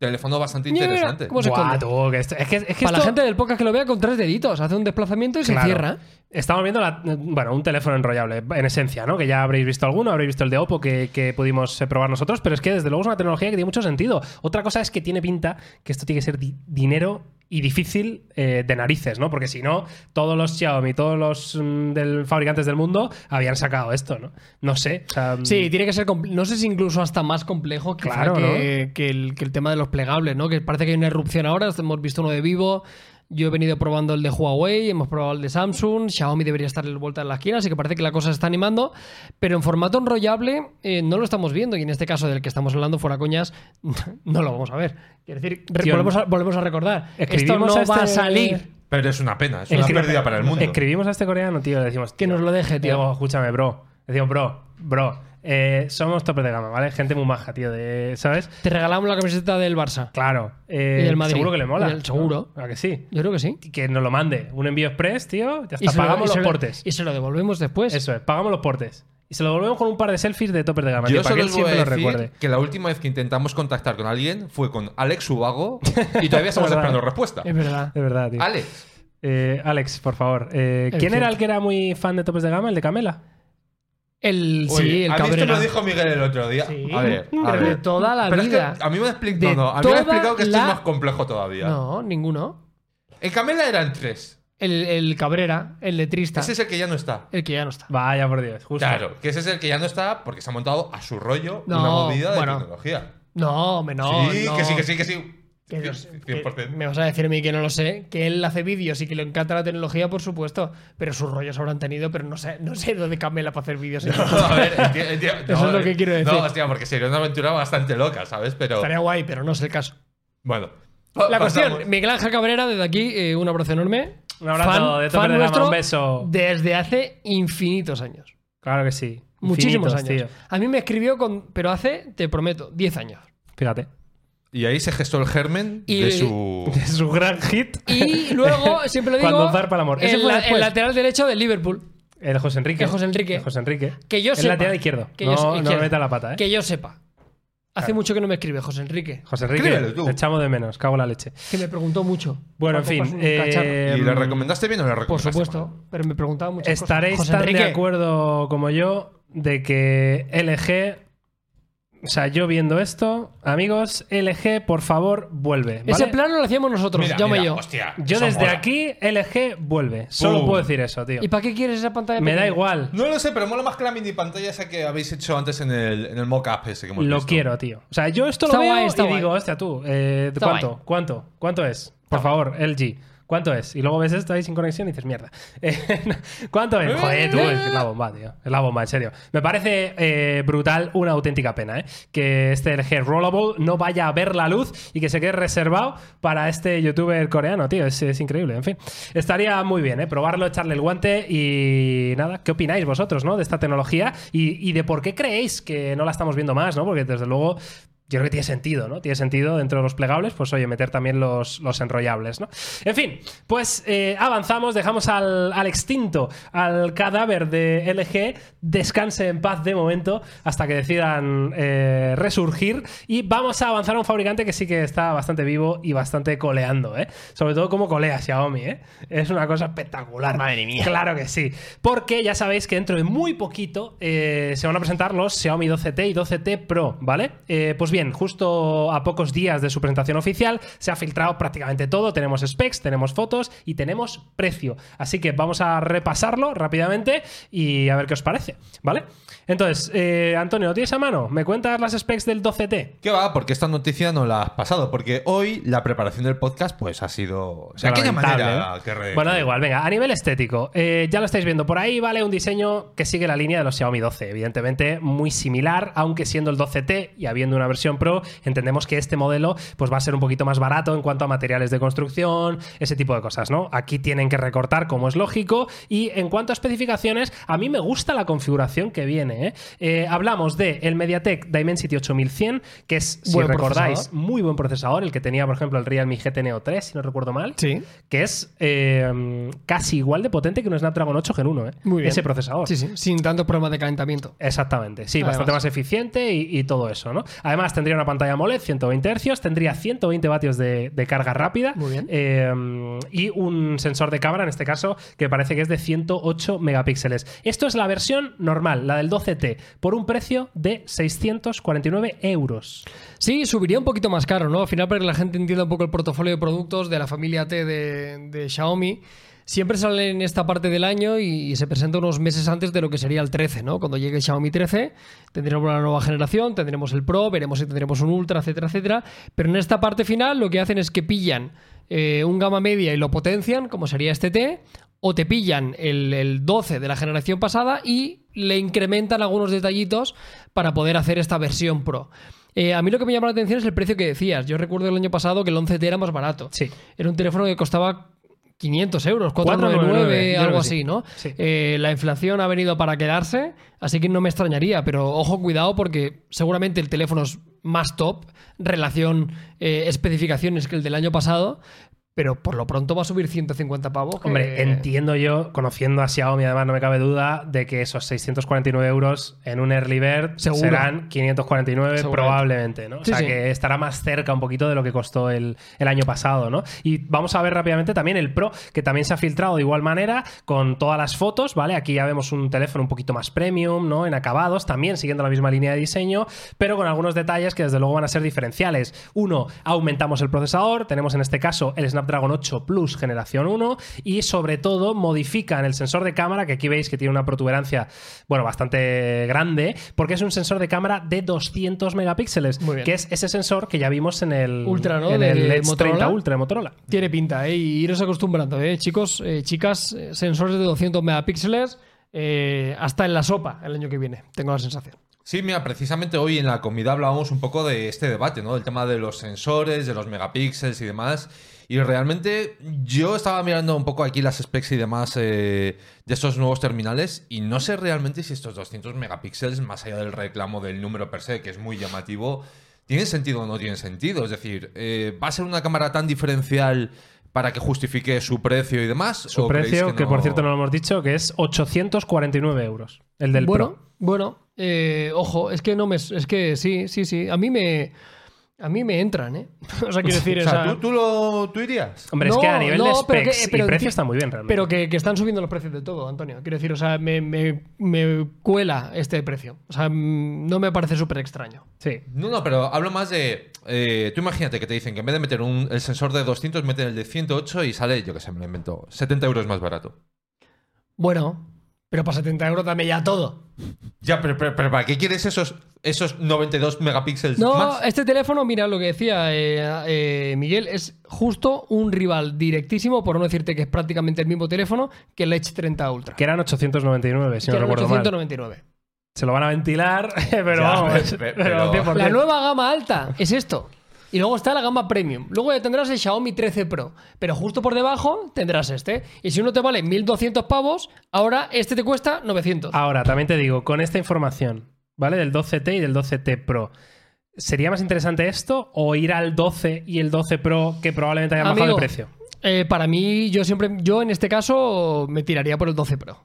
teléfono bastante
Mira, mira,
interesante.
¿cómo se
Buah,
esconde?
tú, que esto- es que, es que
Para la
esto-
gente del podcast que lo vea con tres deditos, hace un desplazamiento y se
Claro.
cierra.
Estamos viendo la- bueno, un teléfono enrollable, en esencia, ¿no? Que ya habréis visto alguno, habréis visto el de Oppo que, que pudimos eh, probar nosotros, pero es que desde luego es una tecnología que tiene mucho sentido. Otra cosa es que tiene pinta que esto tiene que ser di- dinero y difícil eh, de narices, ¿no? Porque si no, todos los Xiaomi, todos los mm, del, fabricantes del mundo habían sacado esto, ¿no? No sé. o sea, mm,
Sí, tiene que ser. compl- No sé si incluso hasta más complejo quizá,
Claro,
que, que el, que el tema de los plegables, ¿no? Que parece que hay una erupción ahora. Hemos visto uno de vivo. Yo he venido probando el de Huawei, hemos probado el de Samsung. Xiaomi debería estar vuelta en la esquina, así que parece que la cosa se está animando. Pero en formato enrollable eh, no lo estamos viendo. Y en este caso del que estamos hablando, fuera coñas, no lo vamos a ver. Quiero decir, re-
Tío,
volvemos, a, volvemos a recordar. Esto
escribimos
no
a
va a
este-
salir.
Pero es una pena, es una
Escribe-
pérdida para el mundo.
Escribimos a este coreano, tío, le decimos
Que nos lo deje, tío.
Diego, escúchame, bro. Le decimos, bro, bro. eh, somos topes de gama, ¿vale? Gente muy maja, tío, de, ¿sabes?
Te regalamos la camiseta del Barça.
Claro. eh,
Y del Madrid.
Seguro que le mola.
Y del- seguro.
¿A que sí?
Yo creo que sí.
Y Que nos lo mande. Un envío express, tío. Ya
Y
está.
se lo-
Pagamos
y se
los
lo-
portes.
Y se lo devolvemos después.
Eso es, pagamos los portes. Y se lo volvemos con un par de selfies de topper de gama, tío,
Yo
para que
solo
él
os voy a
siempre lo
decir
recuerde.
que la última vez que intentamos contactar con alguien fue con Alex Ubago y todavía estamos
verdad.
esperando respuesta.
Es verdad.
De verdad, tío.
Alex,
Eh, Alex, por favor. eh,
Es
¿Quién era
cierto.
el que era muy fan de topes de gama? ¿El de Camela?
El, sí,
Oye,
el
a mí esto me
cabrera.
lo dijo Miguel el otro día.
Sí,
a ver, a
pero
ver.
de toda la
Pero es que
vida.
a mí me ha explicado,
De
no, a mí me ha
toda
explicado que esto
la-
es más complejo todavía.
No, ninguno.
En Camela eran tres.
El, el cabrera, el letrista,
Ese es el que ya no está.
el que ya no está.
Vaya, por Dios. Justo.
Claro, que ese es el que ya no está porque se ha montado a su rollo
No,
una movida de
bueno.
tecnología.
No, hombre, no.
sí,
no.
que sí, que sí, que sí.
Que Dios-
100%.
que me vas a decir a mí que no lo sé, que él hace vídeos y que le encanta la tecnología, por supuesto, pero sus rollos habrán tenido, pero no sé, no sé dónde Camela para hacer vídeos. en YouTube.
A ver, enti- enti-
Eso
no,
es lo que quiero decir.
No, hostia, porque sería una aventura bastante loca, ¿sabes? Pero
Estaría guay, pero no es el caso.
bueno.
La cuestión,
pasamos.
Miguel Ángel Cabrera, desde aquí, eh, un abrazo enorme.
Un abrazo de tope de gama,
nuestro
un beso.
Desde hace infinitos años.
Claro que sí.
Muchísimos
Infinitos,
años.
tío.
A mí me escribió con. Pero hace, te prometo, 10 años.
Fíjate.
Y ahí se gestó el germen
Y-
de su.
Es un gran hit.
Y luego, siempre lo digo.
Cuando zarpa el amor. Ese
el
fue
la-
después.
el lateral derecho del Liverpool.
El José Enrique.
El José Enrique.
El José Enrique.
Que yo
Es
sepa.
lateral izquierdo.
Que
no,
yo,
no
izquierdo.
me meta la pata, ¿eh?
Que yo sepa. Hace mucho que no me escribe José Enrique.
José Enrique,
Escríbelo tú.
te echamos de menos. Cago en la leche.
Que me preguntó mucho.
Bueno, en
Tampoco es
fin.
pues, un cacharro.
eh,
¿Y le recomendaste bien o le
em, Por
recomendaste mal?
supuesto. Pero me preguntaba mucho.
Estaréis tan de acuerdo como yo de que LG. O sea, yo viendo esto, amigos, LG, por favor, vuelve. ¿vale?
Ese plano lo hacíamos nosotros,
Mira,
Jaume
mira,
y yo.
Hostia,
yo
eso
desde
mola.
aquí, LG vuelve. Solo
Pum.
puedo decir eso, tío.
¿Y para qué quieres esa pantalla?
Me da
pequeña?
igual.
No lo sé, pero mola más que la mini pantalla esa que habéis hecho antes en el, en el mock-up ese que hemos
Lo
visto.
quiero, tío. O sea, yo esto
Está
lo veo
guay, está
y
guay.
digo, hostia, tú, eh,
Está
¿cuánto?
guay.
¿Cuánto? ¿Cuánto es? Por favor, LG. ¿Cuánto es? Y luego ves esto ahí sin conexión y dices, mierda. Eh, ¿Cuánto es? Joder, tú, es la bomba, tío. Es la bomba, en serio. Me parece eh, brutal, una auténtica pena, ¿eh? Que este LG Rollable no vaya a ver la luz y que se quede reservado para este youtuber coreano, tío. Es, es increíble, en fin. Estaría muy bien, ¿eh? Probarlo, echarle el guante y nada. ¿Qué opináis vosotros, no? De esta tecnología y, y de por qué creéis que no la estamos viendo más, ¿no? Porque desde luego yo creo que tiene sentido, ¿no? Tiene sentido dentro de los plegables, pues oye, meter también los, los enrollables, ¿no? En fin, pues eh, avanzamos, dejamos al, al extinto, al cadáver de LG, descanse en paz de momento hasta que decidan eh, resurgir y vamos a avanzar a un fabricante que sí que está bastante vivo y bastante coleando, ¿eh? Sobre todo como colea Xiaomi, ¿eh? Es una cosa espectacular.
Madre mía.
Claro que sí. Porque ya sabéis que dentro de muy poquito eh, se van a presentar los Xiaomi 12T y 12T Pro, ¿vale? Eh, pues bien, justo a pocos días de su presentación oficial se ha filtrado prácticamente todo. Tenemos specs, tenemos fotos y tenemos precio. Así que vamos a repasarlo rápidamente y a ver qué os parece, ¿vale? Entonces, eh, Antonio, ¿lo tienes a mano? ¿Me cuentas las specs del 12T?
¿Qué va? Porque esta noticia no la has pasado. Porque hoy la preparación del podcast pues ha sido de aquella
Lamentable,
manera
¿eh?
que re-
Bueno, da igual, venga, a nivel estético, eh, ya lo estáis viendo por ahí, ¿vale? Un diseño que sigue la línea de los Xiaomi 12, evidentemente muy similar, aunque siendo el 12T y habiendo una versión Pro, entendemos que este modelo pues va a ser un poquito más barato en cuanto a materiales de construcción, ese tipo de cosas, ¿no? Aquí tienen que recortar como es lógico y en cuanto a especificaciones, a mí me gusta la configuración que viene, ¿eh? Eh, hablamos de el MediaTek Dimensity 8100, que es, si
Buen
recordáis,
procesador.
muy buen procesador, el que tenía, por ejemplo, el Realme GT Neo 3, si no recuerdo mal
Sí.
que es eh, casi igual de potente que un Snapdragon 8 Gen 1, ¿eh?
Muy bien.
Ese procesador.
Sí, sí. Sin tantos problemas de calentamiento.
Exactamente, sí,
Además.
bastante más eficiente y, y todo eso, ¿no? Además tendría una pantalla AMOLED 120 Hz, tendría 120 vatios de, de carga rápida
Muy bien.
eh, y un sensor de cámara, en este caso, que parece que es de 108 megapíxeles. Esto es la versión normal, la del 12T, por un precio de 649 euros.
Sí, subiría un poquito más caro, ¿no? Al final, para que la gente entienda un poco el portafolio de productos de la familia T de, de Xiaomi, siempre sale en esta parte del año y, se presenta unos meses antes de lo que sería el 13, ¿no? Cuando llegue el Xiaomi 13, tendremos una nueva generación, tendremos el Pro, veremos si tendremos un Ultra, etcétera, etcétera. Pero en esta parte final, lo que hacen es que pillan eh, un gama media y lo potencian, como sería este T, o te pillan el, el 12 de la generación pasada y le incrementan algunos detallitos para poder hacer esta versión Pro. Eh, a mí lo que me llama la atención es el precio que decías. Yo recuerdo el año pasado que el 11T era más barato.
Sí.
Era un teléfono que costaba 500 euros,
499, yo
499,
creo
algo
que
así,
sí.
¿no?
Sí.
Eh, la inflación ha venido para quedarse, así que no me extrañaría, pero ojo, cuidado, porque seguramente el teléfono es más top, relación, eh, especificaciones que el del año pasado, pero por lo pronto va a subir 150 pavos. que-
Hombre, entiendo yo, conociendo a Xiaomi, además no me cabe duda de que esos 649 euros en un early bird
Seguro.
serán 549
Seguramente.
probablemente, ¿no? O
Sí,
sea
sí.
que estará más cerca un poquito de lo que costó el, el año pasado, ¿no? Y vamos a ver rápidamente también el Pro, que también se ha filtrado de igual manera con todas las fotos, ¿vale? Aquí ya vemos un teléfono un poquito más premium, ¿no? En acabados, también siguiendo la misma línea de diseño, pero con algunos detalles que desde luego van a ser diferenciales. Uno, aumentamos el procesador, tenemos en este caso el Snapdragon 8 Plus generación 1 y sobre todo modifican el sensor de cámara, que aquí veis que tiene una protuberancia, bueno, bastante grande, porque es un sensor de cámara de 200 megapíxeles,
Muy bien.
que es ese sensor que ya vimos en el
Ultra, ¿no?
en
De
el Edge
Motorola.
30 Ultra de Motorola.
Tiene pinta, ¿eh? Y iros acostumbrando, ¿eh? Chicos, eh, chicas, eh, sensores de 200 megapíxeles, eh, hasta en la sopa el año que viene, tengo la sensación.
Sí, mira, precisamente hoy en la comida hablábamos un poco de este debate, ¿no? Del tema de los sensores, de los megapíxeles y demás. Y realmente yo estaba mirando un poco aquí las specs y demás eh, de estos nuevos terminales y no sé realmente si estos 200 megapíxeles, más allá del reclamo del número per se, que es muy llamativo, tienen sentido o no tienen sentido. Es decir, eh, ¿va a ser una cámara tan diferencial para que justifique su precio y demás?
Su
¿O creéis
precio, que, por
no?
cierto no lo hemos dicho, que es 849 euros, el del
bueno,
Pro.
Bueno, eh, ojo, es que no me. Es que sí, sí, sí. A mí me. A mí me entran, ¿eh? O sea, quiero decir,
O
o
sea,
sea,
¿tú, tú lo, tú irías?
Hombre, es
no,
que a nivel
no,
de
pero que-
specs
pero
y precio
enti-
está muy bien realmente.
Pero que, que están subiendo los precios de todo, Antonio. Quiero decir, o sea, me, me- me cuela este precio. O sea, mm, no me parece súper extraño.
Sí.
No, no, pero hablo más de. eh, tú imagínate que te dicen que en vez de meter un, el sensor de 200, meten el de 108 y sale, yo que sé, me lo invento, 70 euros más barato.
Bueno, pero para 70 euros dame ya todo.
Ya, pero, pero- pero ¿para qué quieres esos, esos 92 megapíxeles
No,
más?
este teléfono, mira lo que decía eh, eh, Miguel, es justo un rival directísimo, por no decirte que es prácticamente el mismo teléfono que el Edge 30 Ultra.
Que eran 899, si
que
no
era el
recuerdo mal.
899.
Se lo van a ventilar, pero
Ya,
vamos.
pe- pe-
pero
pero-
100%.
La nueva gama alta es esto. Y luego está la gama premium. Luego ya tendrás el Xiaomi 13 Pro. Pero justo por debajo tendrás este. Y si uno te vale 1200 pavos, ahora este te cuesta 900.
Ah, Ahora, también te digo, con esta información, ¿vale? Del 12T y del 12T Pro. ¿Sería más interesante esto o ir al 12 y el 12 Pro que probablemente haya bajado
Amigo,
de precio?
eh, para mí, yo siempre, yo en este caso me tiraría por el 12 Pro.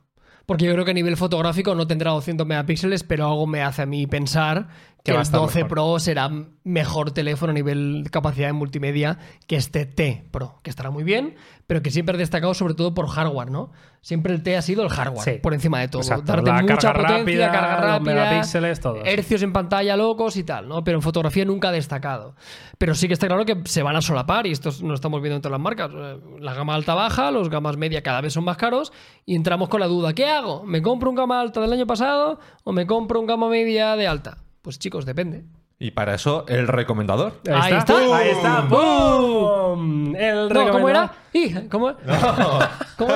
Porque yo creo que a nivel fotográfico no tendrá 200 megapíxeles, pero algo me hace a mí pensar que
va a
el
estar
12
mejor.
Pro será mejor teléfono a nivel capacidad de multimedia que este T Pro, que estará muy bien, pero que siempre ha destacado sobre todo por hardware, ¿no? Siempre el T ha sido el hardware,
Sí.
por encima de todo.
Exacto.
Darte
La
mucha
carga
potencia,
rápida,
carga
los
rápida,
megapíxeles, todo.
hercios en pantalla locos y tal, ¿no? Pero en fotografía nunca ha destacado. Pero sí que está claro que se van a solapar y esto es- lo estamos viendo en todas las marcas. Eh, La gama alta baja, los gamas media cada vez son más caros y entramos con la duda, ¿qué hago? ¿Me compro un gama alta del año pasado o me compro un gama media de alta? Pues chicos, depende.
Y para eso, el recomendador.
ahí está.
Ahí está. ¡Boom! El
No, ¿cómo
recomendado-
era? Ih, ¿Cómo, ¿Cómo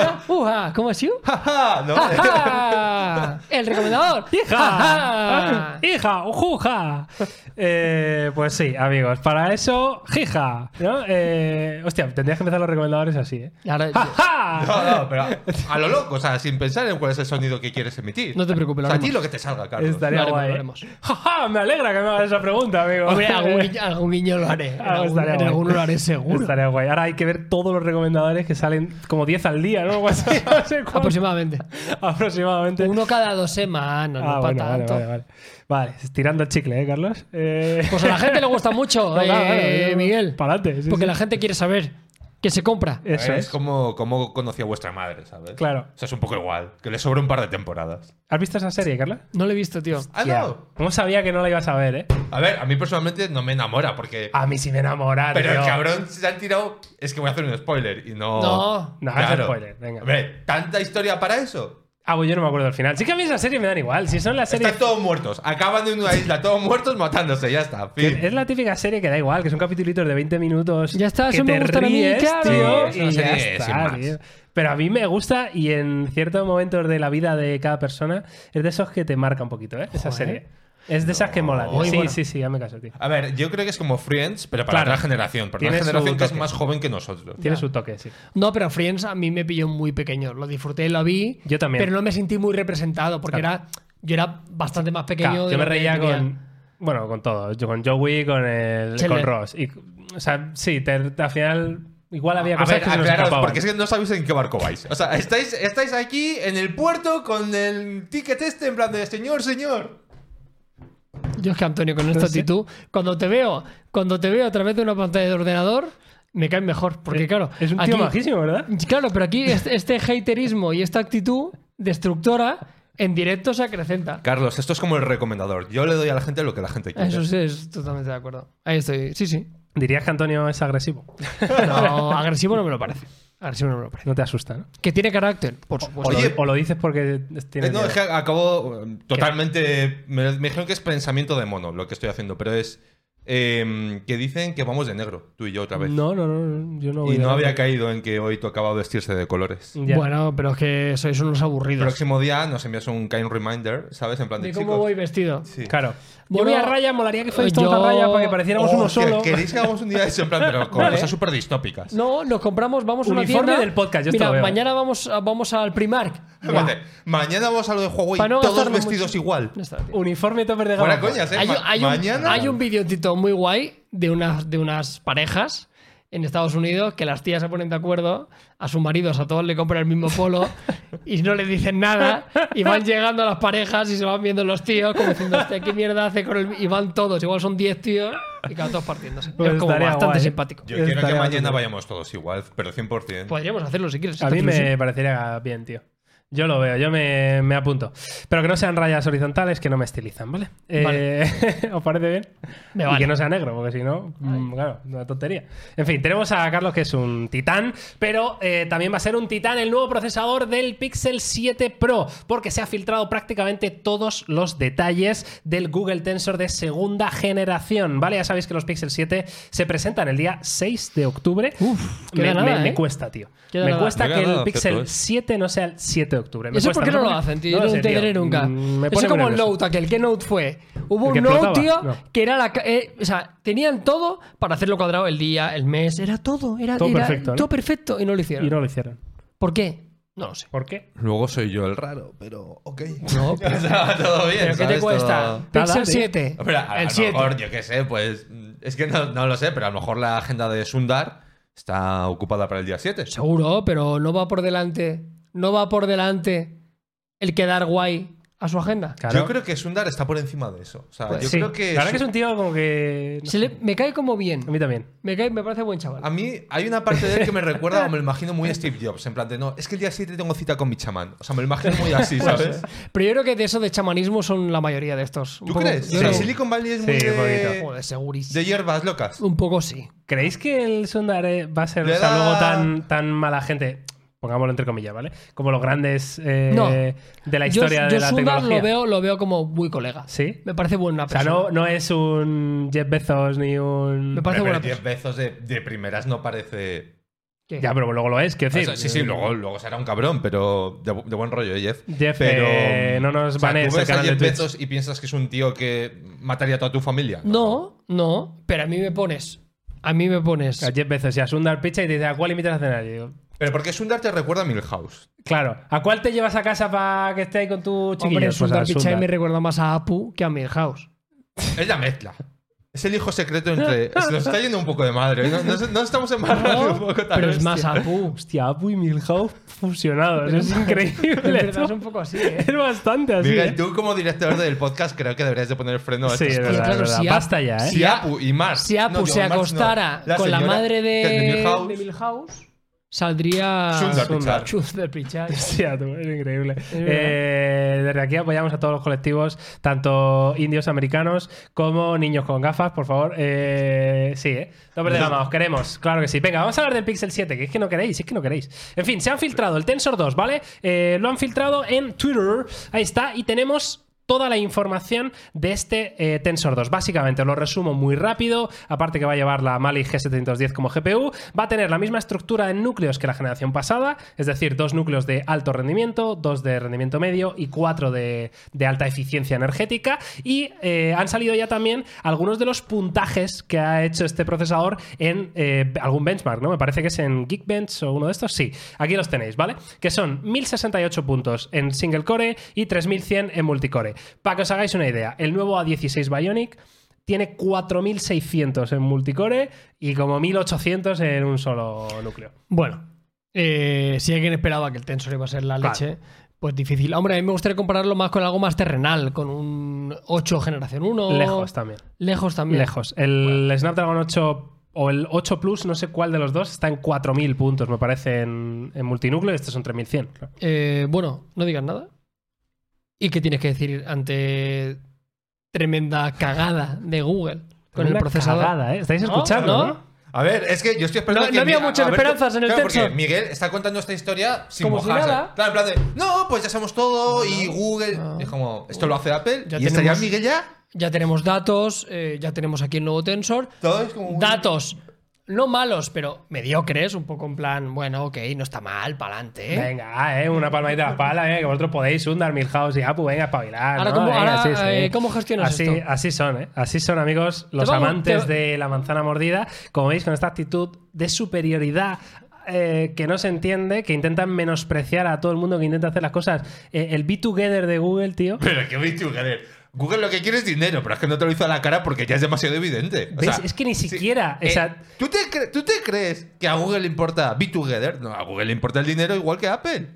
era? Uja, ¿Cómo ha sido?
¿No? eh.
¡Ajá! El recomendador.
¡Hija!
¡Ajá!
¡Hija! ¡Ujuja! Eh, pues sí, amigos, para eso, ¡hija! ¿no? Eh, hostia, tendrías que empezar los recomendadores así, ¿eh?
Ahora,
¡Ja!
No, no, pero a lo loco, o sea, sin pensar en cuál es el sonido que quieres emitir.
No te preocupes, lo
O sea, a ti lo
haremos.
que te salga, Carlos.
Estaría
Lo haremos,
guay.
pues
¿eh?
lo haremos.
¡Ja, ja! Me alegra que me hagas esa pregunta, amigo.
Hombre, algún guiño, algún guiño lo haré. En
Ah,
algún-
estaría
en
guay.
alguno lo haré seguro.
Estaría guay. Ahora hay que ver todos los recomendadores que salen como 10 al día, ¿no? Algo así, no sé cuánto.
Aproximadamente.
Aproximadamente.
Uno cada dos semanas, no
Ah,
para
bueno, vale,
tanto.
vale, vale. Vale, estirando el chicle, ¿eh, Carlos? Eh...
Pues a la gente le gusta mucho,
No,
eh,
claro, claro, yo-
Miguel.
para adelante, sí,
porque
sí. Eh.
la gente quiere saber que se compra.
A ver,
Eso
¿Eh? es
es.
como, como conocí a vuestra madre, ¿sabes?
Claro.
O sea, es un poco igual, que le sobra un par de temporadas.
¿Has visto esa serie, Carlos?
No lo he visto, tío.
Ah,
Ya.
no.
¿Cómo sabía que no la ibas a ver, eh?
A ver, a mí personalmente no me enamora porque.
A mí sí me enamora,
pero el
tío.
cabrón se han tirado. Es que voy a hacer un spoiler y no.
No.
No, haz spoiler, venga.
A ver, ¿tanta historia para eso?
Ah, pues yo no me acuerdo del final. Sí que a mí esa serie me dan igual. Si son las series...
Están todos muertos. Acaban en una isla, todos muertos matándose, ya está. Fin.
Es la típica serie que da igual, que son capítulos de 20 minutos.
Ya está,
que
eso me
te
gustan a mí,
ríes,
claro.
tío,
Sí, es
y
una
ya
serie
está,
sin más.
tío. Pero a mí me gusta y en ciertos momentos de la vida de cada persona es de esos que te marca un poquito, ¿eh? Esa
Joder.
serie. Es de esas que mola. tío.
Muy
Sí,
buena.
sí, sí, ya me caso, tío.
A ver, yo creo que es como Friends, pero para
Claro.
otra generación. Para
Tiene
una
su
generación que es
toque.
más joven que nosotros.
Tiene su toque, sí.
No, pero Friends a mí me pilló muy pequeño. Lo disfruté, lo vi.
Yo también.
Pero no me sentí muy representado porque era, yo era bastante más pequeño.
Claro,
de
yo me
lo que
reía
tenía.
con. Bueno, con todo. Yo con Joey, con el.
Chandler.
con Ross. Y, o sea, sí, te- te- al final. Igual había
A
cosas que
ver,
se nos
aclaraos,
escapaban.
porque es que no sabéis en qué barco vais. O sea, estáis, estáis aquí en el puerto con el ticket este en plan de señor, señor.
Yo es que Antonio, con esta
sé.
actitud, cuando te veo, cuando te veo a través de una pantalla de ordenador, me caes mejor. Porque claro,
Es un tío
aquí-
majísimo, ¿verdad?
Claro, pero aquí este, este haterismo y esta actitud destructora en directo se acrecenta.
Carlos, esto es como el recomendador. Yo le doy a la gente lo que la gente quiere.
Eso sí, es totalmente de acuerdo. Ahí estoy. Sí, sí.
Dirías que Antonio es agresivo.
No, agresivo no me lo parece. Agresivo no me lo parece.
No te asusta, ¿no?
Que tiene carácter, por
O,
supuesto.
Oye.
lo, o lo dices porque
Eh,
tienes.
no,
miedo.
es que acabo eh, totalmente. Me, me dijeron que es pensamiento de mono lo que estoy haciendo, pero es eh, que dicen que vamos de negro, tú y yo otra vez.
no, no, no, yo no voy
pues. y no
a-
había caído en que hoy tocaba vestirse de colores.
Ya.
Bueno, pero es que sois unos
El
aburridos.
próximo día nos envías un kind reminder, ¿sabes? En plan de,
¿De
chicos.
cómo voy vestido?
Sí.
Claro.
Bueno,
yo voy a raya, molaría que fuerais
yo-
todos a raya para que pareciéramos
Oh,
uno
que-
solo.
¿Queréis que hagamos un día de eso? En plan, pero con
Vale.
cosas súper distópicas.
No, nos compramos, vamos a una
Uniforme
tienda.
del podcast, yo esto
Mira,
lo veo.
mañana vamos, a- vamos al Primark.
Vale, Mañana vamos a lo de Huawei,
Pa' no
todos
gastarnos
vestidos
mucho.
igual.
Ya está, tío.
Uniforme topper de
Fuera
gama.
coñas, ¿eh?
Hay,
Ma-
hay un,
mañana.
hay un vídeo, Tito, muy guay de unas, de unas parejas en Estados Unidos que las tías se ponen de acuerdo, a sus maridos a todos le compran el mismo polo y no le dicen nada y van llegando a las parejas y se van viendo los tíos como diciendo, "Hostia, ¿qué mierda hace con el...? Y van todos, igual son 10 tíos y cada todos partiéndose.
Pues
es como
estaría
bastante
guay.
simpático.
Yo quiero que
Estaría
mañana
bastante.
vayamos todos igual, pero 100%.
Podríamos hacerlo si quieres. si
A
te
mí
hace ilusión.
me parecería bien, tío. Yo lo veo, yo me, me apunto. Pero que no sean rayas horizontales que no me estilizan, ¿vale? Eh, ¿Os parece bien?
Me
y
vale.
que no sea negro, porque si no, mm, claro, una tontería. En fin, tenemos a Carlos que es un titán, pero eh, también va a ser un titán el nuevo procesador del Pixel 7 Pro, porque se ha filtrado prácticamente todos los detalles del Google Tensor de segunda generación, ¿vale? Ya sabéis que los Pixel 7 se presentan el día 6 de octubre.
Uf, queda
me,
nada,
me- me
¿eh?
cuesta, tío.
Queda
me
nada.
cuesta
Me
que
queda
el
nada, cierto
Pixel
es.
7 no sea el 7 de octubre. Me
Eso
cuesta,
por qué no lo
Porque-
hacen, tío. Yo
lo
no
sé, tío.
entenderé nunca.
Mm, me
Eso es
pone
como
muy
el
nervioso.
Note, aquel. ¿Qué Note fue? Hubo
¿El que
un Note,
explotaba?
tío,
No.
que era la... ca- eh, o sea, tenían todo para hacerlo cuadrado el día, el mes. Era todo. Era
Todo
era
perfecto, ¿no?
Todo perfecto. Y no lo hicieron.
Y no lo hicieron.
¿Por qué? No lo sé.
¿Por qué?
Luego soy yo el raro, pero ok.
No,
O sea, todo bien.
¿Pero qué te
¿sabes?
cuesta?
Todo-
Nada,
Pixel
tío.
7.
Hombre, a, a
el
lo
7.
mejor, yo qué sé, pues. mm, Es que no, no lo sé, pero a lo mejor la agenda de Sundar está ocupada para el día 7.
Seguro, pero no va por delante. No va por delante el quedar guay a su agenda.
Claro.
Yo creo que Sundar está por encima de eso. O sea,
Pues
yo
Sí.
creo que.
La verdad que es
Sun-
un tío como que. no
Se
sé,
le- me cae como bien.
A mí también.
Me, cae, me parece buen chaval.
A mí hay una parte de él que me recuerda o me lo imagino muy a Steve Jobs. En plan de, no, es que el día 7 tengo cita con mi chamán. O sea, me lo imagino muy así, ¿sabes?
Pero yo creo que de eso de chamanismo son la mayoría de estos. Un
¿Tú
poco-
crees?
yo
O sea,
creo-
Silicon Valley es
Sí,
muy
un
de,
poquito.
Joder, segurísimo.
de hierbas locas.
Un poco sí.
¿Creéis que el Sundar eh, va a ser
Le
o sea,
da-
luego tan, tan mala gente? Pongámoslo entre comillas, ¿vale? Como los grandes eh,
No.
de la
Yo-
historia
yo,
de la
Sundar
tecnología.
lo veo, lo veo como muy colega.
¿Sí?
Me parece buena
O sea,
persona.
no, no es un Jeff Bezos ni un.
Me parece buena
Pero 10 veces de, de primeras no parece.
¿Qué?
Ya, pero luego lo es, quiero
O
decir. eh,
sea, sí, sí, luego, luego será un cabrón, pero de, bu- de buen rollo, ¿eh, Jeff.
Jeff,
pero,
eh, no nos
o sea,
banees
¿tú ves
el
a
canal de
Jeff
Twitch.
Bezos y piensas que es un tío que mataría a toda tu familia?
No, no, pero a mí me pones. A mí me pones.
A Jeff Bezos y a Sundar Pichai y te dice, ¿a cuál invitas a cenar? Y digo,
Pero porque Sundar te recuerda a Milhouse.
claro, ¿a cuál te llevas a casa para que esté ahí con tu chiquillo?
Hombre,
Pues a
Sundar Pichai
Sundar.
me recuerda más a Apu que a Milhouse.
Es la mezcla. Es el hijo secreto entre. Se nos está yendo un poco de madre. No, no, no estamos embarrando un poco tal
pero es
vez,
más
tío.
Apu.
Hostia, Apu y Milhouse fusionados. es
En
increíble.
verdad es un poco así, ¿eh?
Es bastante así. ¿eh?
Miguel, tú como director del podcast creo que deberías de poner freno a
Sí, es
estas
verdad,
cosas.
claro,
es verdad.
si a-
Basta ya, ¿eh?
Si Apu y Mars.
Si Apu
no, digo,
se
Mars no.
acostara con la
señora
madre de,
de Milhouse.
de Milhouse, saldría
Sundar Pichai.
Sundar Pichai.
Hostia, tú, es increíble.
verdad.
Eh, desde aquí apoyamos a todos los colectivos, tanto indios americanos como niños con gafas, por favor. Eh, sí, ¿eh? No perdéis la mano, os queremos, claro que sí. Venga, vamos a hablar del Pixel 7, que es que no queréis, es que no queréis. En fin, se han filtrado el Tensor 2, ¿vale? Eh, lo han filtrado en Twitter, ahí está, y tenemos toda la información de este eh, Tensor 2. Básicamente, os lo resumo muy rápido, aparte que va a llevar la Mali G710 como GPU, va a tener la misma estructura en núcleos que la generación pasada, es decir, dos núcleos de alto rendimiento, dos de rendimiento medio y cuatro de, de alta eficiencia energética, y eh, han salido ya también algunos de los puntajes que ha hecho este procesador en eh, algún benchmark, ¿no? Me parece que es en Geekbench o uno de estos, sí. Aquí los tenéis, ¿vale? Que son 1068 puntos en single core y 3100 en multicore. Para que os hagáis una idea, el nuevo A16 Bionic tiene 4600 en multicore y como 1800 en un solo núcleo.
Bueno, eh, si alguien esperaba que el Tensor iba a ser la
Claro.
leche, pues difícil. Hombre, a mí me gustaría compararlo más con algo más terrenal, con un 8 generación 1.
Lejos también.
Lejos también.
Lejos. El Snapdragon 8 o el 8 Plus, no sé cuál de los dos, está en 4000 puntos, me parece, en, en multinúcleo y estos son 3100. claro.
Eh, bueno, no digas nada. ¿Y qué tienes que decir ante tremenda cagada de Google con el
Una
procesador?
cagada, ¿eh? ¿Estáis
¿No?
escuchando?
¿No?
¿no?
A ver, es que yo estoy esperando
No-
que
no había
Mi- a-
muchas
a ver,
esperanzas en el
claro,
Tensor.
porque Miguel está contando esta historia sin
Como si
mojarse.
nada.
Claro, en plan de, no, pues ya somos todo y Google. Es como, esto lo hace Apple
Ya
y estaría
tenemos-
Miguel ya.
Ya tenemos datos, eh, ya tenemos aquí el nuevo Tensor.
Todo es como un-
Datos. No malos, pero mediocres, un poco en plan, bueno, ok, no está mal, pa'lante. ¿eh?
Venga, eh, una palmadita a la espalda, eh, que vosotros podéis, Sundar, Milhouse y Apu, venga, espabilar.
Ahora,
¿no?
¿cómo-
Venga,
ahora,
sí, sí.
eh, ¿cómo gestionas
así,
esto?
Así son, eh. Así son, amigos, los
vamos-
amantes
te-
de la manzana mordida. Como veis, con esta actitud de superioridad eh, que no se entiende, que intentan menospreciar a todo el mundo que intenta hacer las cosas. Eh, el Be Together de Google, tío.
Pero que viste, Google. Google lo que quiere es dinero, pero es que no te lo hizo a la cara porque ya es demasiado evidente. O
¿Ves?
sea,
es que ni
sí.
siquiera.
Eh,
o sea,
¿tú, te cre- ¿Tú te crees que a Google le importa Be Together? No, a Google le importa el dinero igual que a Apple.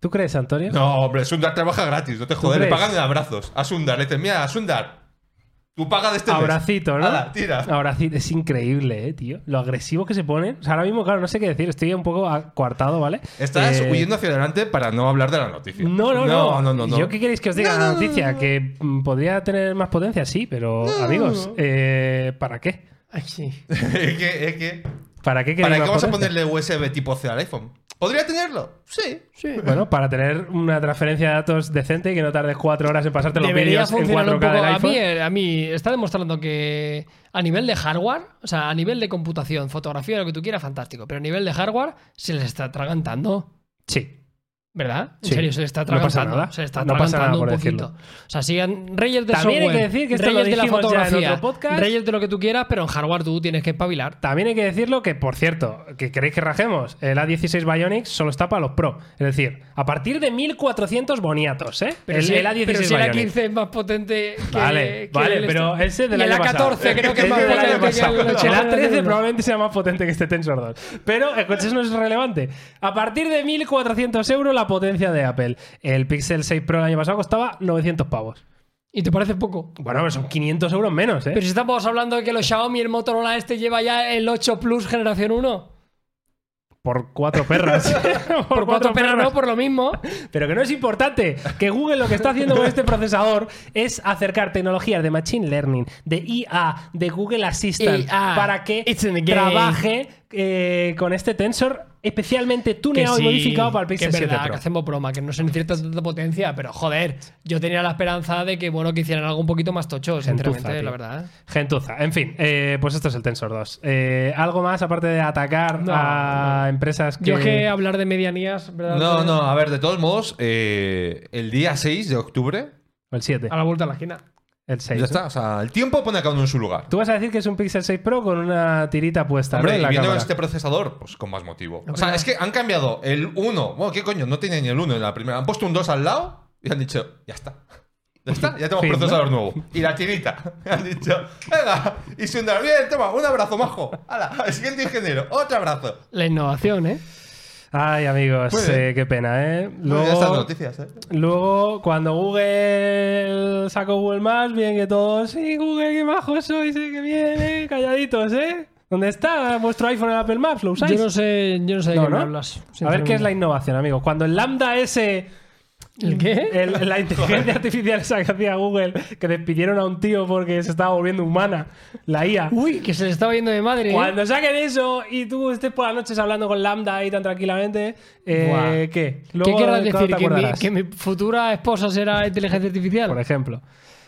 ¿Tú crees, Antonio?
No, hombre, Sundar trabaja gratis, no te jodas. Le
crees?
pagan en abrazos. A Sundar, le dicen, mira, Sundar, tú pagas de este mes".
Abracito, ¿no?
Hala, tira.
Abracito. Es increíble, eh, tío. Lo agresivo que se ponen. O sea, ahora mismo, claro, no sé qué decir. Estoy un poco a- coartado, ¿vale?
Estás
Eh,
huyendo hacia adelante para no hablar de la noticia.
No, no, no.
No, no, no. no.
¿Yo qué queréis que os diga
No,
la
no, no,
noticia?
no, no.
Que mm, podría tener más potencia, sí, pero amigos, eh, ¿para qué?
Ay, sí.
es que, es que.
¿Para qué queréis
¿Para qué
más
vamos a
potencia?
ponerle USB tipo C al iPhone? ¿Podría tenerlo? Sí.
Sí.
Bueno, para tener una transferencia de datos decente y que no tardes cuatro horas en pasarte los
Debería
vídeos en
funcionar un
4K
poco.
del
A
iPhone.
mí, eh, a mí está demostrando que a nivel de hardware, o sea, a nivel de computación, fotografía, lo que tú quieras, fantástico. Pero a nivel de hardware, se les está atragantando.
Sí.
¿Verdad? En
Sí.
serio, se le está
No pasa
atragantando.
nada.
Se le está
No pasa nada
atragantando
por
un poquito.
decirlo.
O sea, siguen reyes del
También hay
software,
que decir que esto
reyes
lo
de la
dijimos ya en otro
fotografía,
podcast.
reyes de lo que tú quieras, pero en hardware tú tienes que espabilar.
También hay que decirlo que, por cierto, que queréis que rajemos, el A16 Bionic solo está para los pro. Es decir, a partir de 1400 boniatos, ¿eh?
Pero
el,
si,
el A16
pero si el
Bionic.
A15 es más potente que
Vale,
que
vale,
el
pero
este.
ese del
Y el
año
A14
pasado.
creo que
Ese
es más
del año
potente que
pasado.
el 8.
A13 probablemente sea más potente que este Tensor 2. Pero, escucha, eso no es relevante. A partir de 1400 euros la potencia de Apple. El Pixel 6 Pro el año pasado costaba 900 pavos.
¿Y te parece poco?
Bueno, pero son 500 euros menos, ¿eh?
Pero si estamos hablando de que los Xiaomi, el Motorola este lleva ya el 8 Plus generación 1.
Por cuatro perras.
Por cuatro perros no, por lo mismo.
Pero que no es importante. Que Google lo que está haciendo con este procesador es acercar tecnologías de Machine Learning, de IA, de Google Assistant,
IA,
para que
it's in the game.
trabaje eh, con este tensor especialmente tuneado y
sí,
modificado para el
que
Pixel
es
7
verdad,
Pro.
que hacemos broma, que no se necesita tanta potencia, pero joder, yo tenía la esperanza de que, bueno, que hicieran algo un poquito más tocho, sinceramente,
Gentuza, tío.
la verdad.
Gentuza. En fin, eh, pues esto es el Tensor 2. Eh, ¿Algo más aparte de atacar
No,
a empresas que...
Yo es que hablar de medianías, ¿verdad? Pues,
No, no, a ver, de todos modos, eh, el día 6 de octubre,
El 7,
A la vuelta de la esquina.
el 6.
ya está. O sea, el tiempo pone a cada uno en su lugar.
Tú vas a decir que es un Pixel 6 Pro con una tirita puesta ¿no?
Hombre,
en
y
la
viendo
cámara.
este procesador, pues con más motivo.
No,
o sea,
pero-
es que han cambiado el 1. Bueno, ¿qué coño? No tenía ni el 1 en la primera. Han puesto un 2 al lado y han dicho, ya está. Ya está, ya tenemos
Fin,
procesador nuevo. Y la tirita. Han dicho, venga, y Sundar, bien, toma, un abrazo, majo. Hala, el siguiente ingeniero, otro abrazo.
La innovación, ¿eh?
Ay, amigos,
Muy bien.
eh, qué pena, ¿eh?
Bueno, ya están las
Luego,
noticias, ¿eh?
luego, cuando Google sacó Google Maps, bien que todos, sí, Google, qué bajo sois, eh, qué bien, eh, calladitos, ¿eh? ¿Dónde está vuestro iPhone en Apple Maps? ¿Lo usáis?
Yo no sé, yo no sé de
No,
qué me
¿no?
hablas.
A ver qué es la
sinceramente.
innovación, amigos. Cuando el Lambda S,
¿El qué?
el- la inteligencia artificial esa que hacía Google, que despidieron a un tío porque se estaba volviendo humana, la IA.
Uy, que se le estaba yendo de madre. Uh, ¿eh?
Cuando saquen eso y tú estés por las noches hablando con Lambda ahí tan tranquilamente,
Buah.
eh, ¿qué?
¿Qué
Luego,
querrás
¿cuándo
decir?
te
¿Que mi,
acordarás?
que mi futura esposa será inteligencia artificial?
Por ejemplo.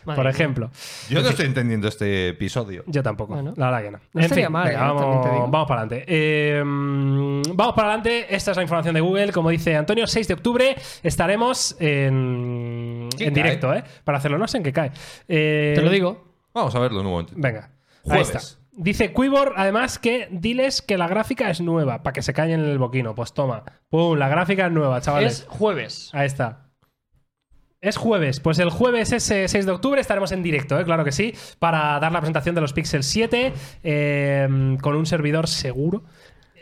Madre
por
mía.
ejemplo.
Yo no estoy entendiendo este episodio.
Yo tampoco.
Bueno.
la verdad que no.
No estaría mal,
venga,
¿eh? También
vamos,
te digo.
vamos para adelante. Eh, mm, vamos para adelante. Esta es la información de Google. Como dice Antonio, 6 de octubre estaremos en,
¿Qué
en
cae?
directo, ¿eh? Para hacerlo. No sé en qué cae. Eh,
Te lo digo.
Vamos a verlo en un momento.
Venga.
Jueves.
Ahí está. Dice Quibor, además, que diles que la gráfica es nueva, para que se callen en el boquino. Pues toma. Pum, la gráfica es nueva, chavales.
Es jueves.
Ahí está. Es jueves, pues el jueves ese 6 de octubre estaremos en directo, ¿eh? claro que sí, para dar la presentación de los Pixel 7 eh, con un servidor seguro,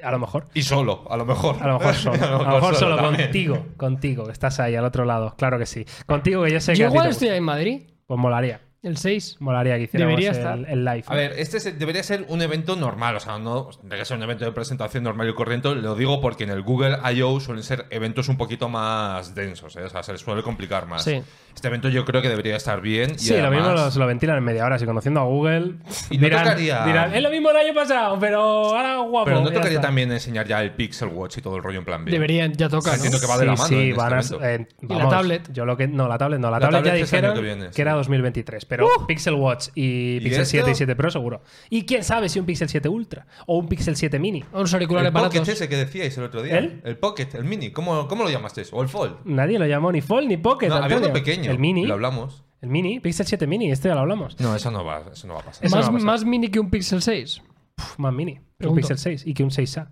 a lo mejor.
Y solo, a lo mejor.
A lo mejor solo, a lo mejor solo
también.
contigo, contigo, que estás ahí al otro lado, claro que sí. Contigo que yo sé que...
Yo
a ti
igual
te
estoy
gusta.
en Madrid,
Pues molaría,
el 6.
molaría que hiciéramos
Debería
el,
estar.
el live.
A ver, este se- debería ser un evento normal, o sea, no debería ser un evento de presentación normal y corriente. Lo digo porque en el Google I.O. suelen ser eventos un poquito más densos, ¿eh? o sea, se les suele complicar más.
Sí.
Este evento yo creo que debería estar bien. Y
Sí, lo mismo
además-
lo, se lo ventilan en media hora, si conociendo a Google...
Y no tocaría-
dirán, es lo mismo el año pasado, pero ahora guapo.
Pero no
ya
tocaría
está".
también enseñar ya el Pixel Watch y todo el rollo en plan B.
Deberían, ya toca. ¿no?
Entiendo que va de la mano
Sí,
en
van a,
este
eh,
evento.
Y la
vamos,
tablet.
Yo lo que, no, la tablet no. La,
La
tablet,
tablet
ya
es el año
dijeron que,
que viene, sí.
era 2023. Pero
¡Uh!
Pixel Watch y, Pixel
esto?
7 y 7 Pro seguro. Y quién sabe si un Pixel 7 Ultra o un Pixel 7 Mini.
O Unos auriculares
El Pocket este
baratos.
ese que decíais el otro día.
¿El?
Pocket, el Mini. ¿Cómo, cómo lo llamasteis? ¿O el Fold?
Nadie lo llamó ni Fold ni Pocket.
No, había uno
Antonio.
pequeño.
El Mini.
Lo hablamos.
El Mini. Pixel 7 Mini. Este ya lo hablamos.
No, eso no va, eso no va a pasar.
Eso no va
Más,
a pasar.
más mini que un Pixel 6.
Puf, más Mini. Que un
Pregunto.
Pixel 6 y que un 6A.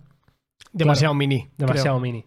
Demasiado mini.
Demasiado mini.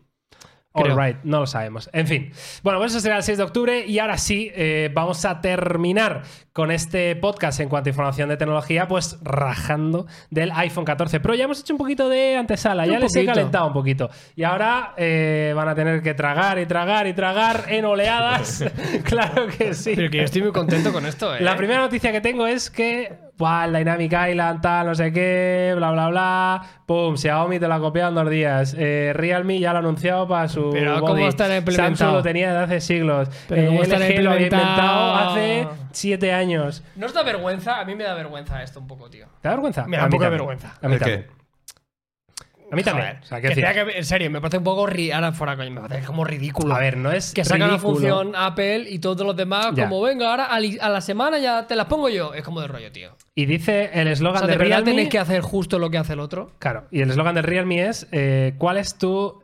All
Creo.
right, no lo sabemos. En fin. Bueno, pues eso será el 6 de octubre y ahora sí eh, vamos a terminar con este podcast en cuanto a información de tecnología, pues rajando del iPhone 14 Pro. Ya hemos hecho un poquito de antesala,
Un
ya les he
poquito.
calentado un poquito. Y ahora eh, van a tener que tragar y tragar y tragar en oleadas. claro que sí.
Pero que yo estoy muy contento con esto, ¿eh?
La primera noticia que tengo es que, buah, el Dynamic Island, tal, no sé qué, bla, bla, bla. Pum, Xiaomi te lo ha copiado en dos días. Eh, Realme ya lo ha anunciado para su.
Pero ¿cómo
body.
estará implementado?
Samsung lo tenía desde hace siglos.
Pero ¿cómo estará
LG lo había inventado
implementado?
hace siete años.
¿No os da vergüenza? A mí me da vergüenza esto un poco, tío.
¿Te da vergüenza?
Me da
A
un
mí
poco de
también.
vergüenza.
A mí
¿El qué?
también. A mí también.
Joder,
O sea,
que
quiero decir-
tenga que- en serio, me parece un poco ri- ahora fuera coño, me parece como ridículo.
A ver, no es
que saca la
ridículo.
función Apple y todos los demás
Ya.
como venga ahora a, li- a la semana ya te las pongo yo. Es como de rollo, tío.
Y dice el
O
eslogan
sea, de
de
verdad
Realme.
tenéis que hacer justo lo que hace el otro.
Claro, y el eslogan del Realme es eh, ¿Cuál es tu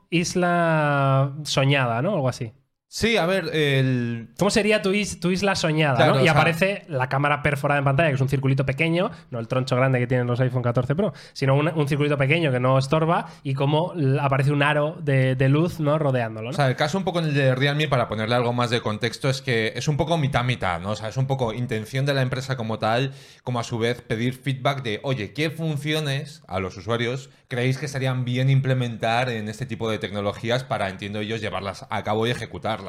isla soñada, no? Algo así.
Sí, a ver, el.
¿Cómo sería tu, is- tu isla soñada?
Claro,
¿no? Y
o sea-
aparece la cámara perforada en pantalla, que es un circulito pequeño, no el troncho grande que tienen los iPhone 14 Pro, sino un, un circulito pequeño que no estorba y cómo l- aparece un aro de, de luz ¿no? rodeándolo. ¿no?
O sea, el caso un poco en el de Realme, para ponerle algo más de contexto, es que es un poco mitad-mitad, ¿no? O sea, es un poco intención de la empresa como tal, como a su vez pedir feedback de, oye, ¿qué funciones a los usuarios creéis que estarían bien implementar en este tipo de tecnologías para, entiendo ellos, llevarlas a cabo y ejecutarlas?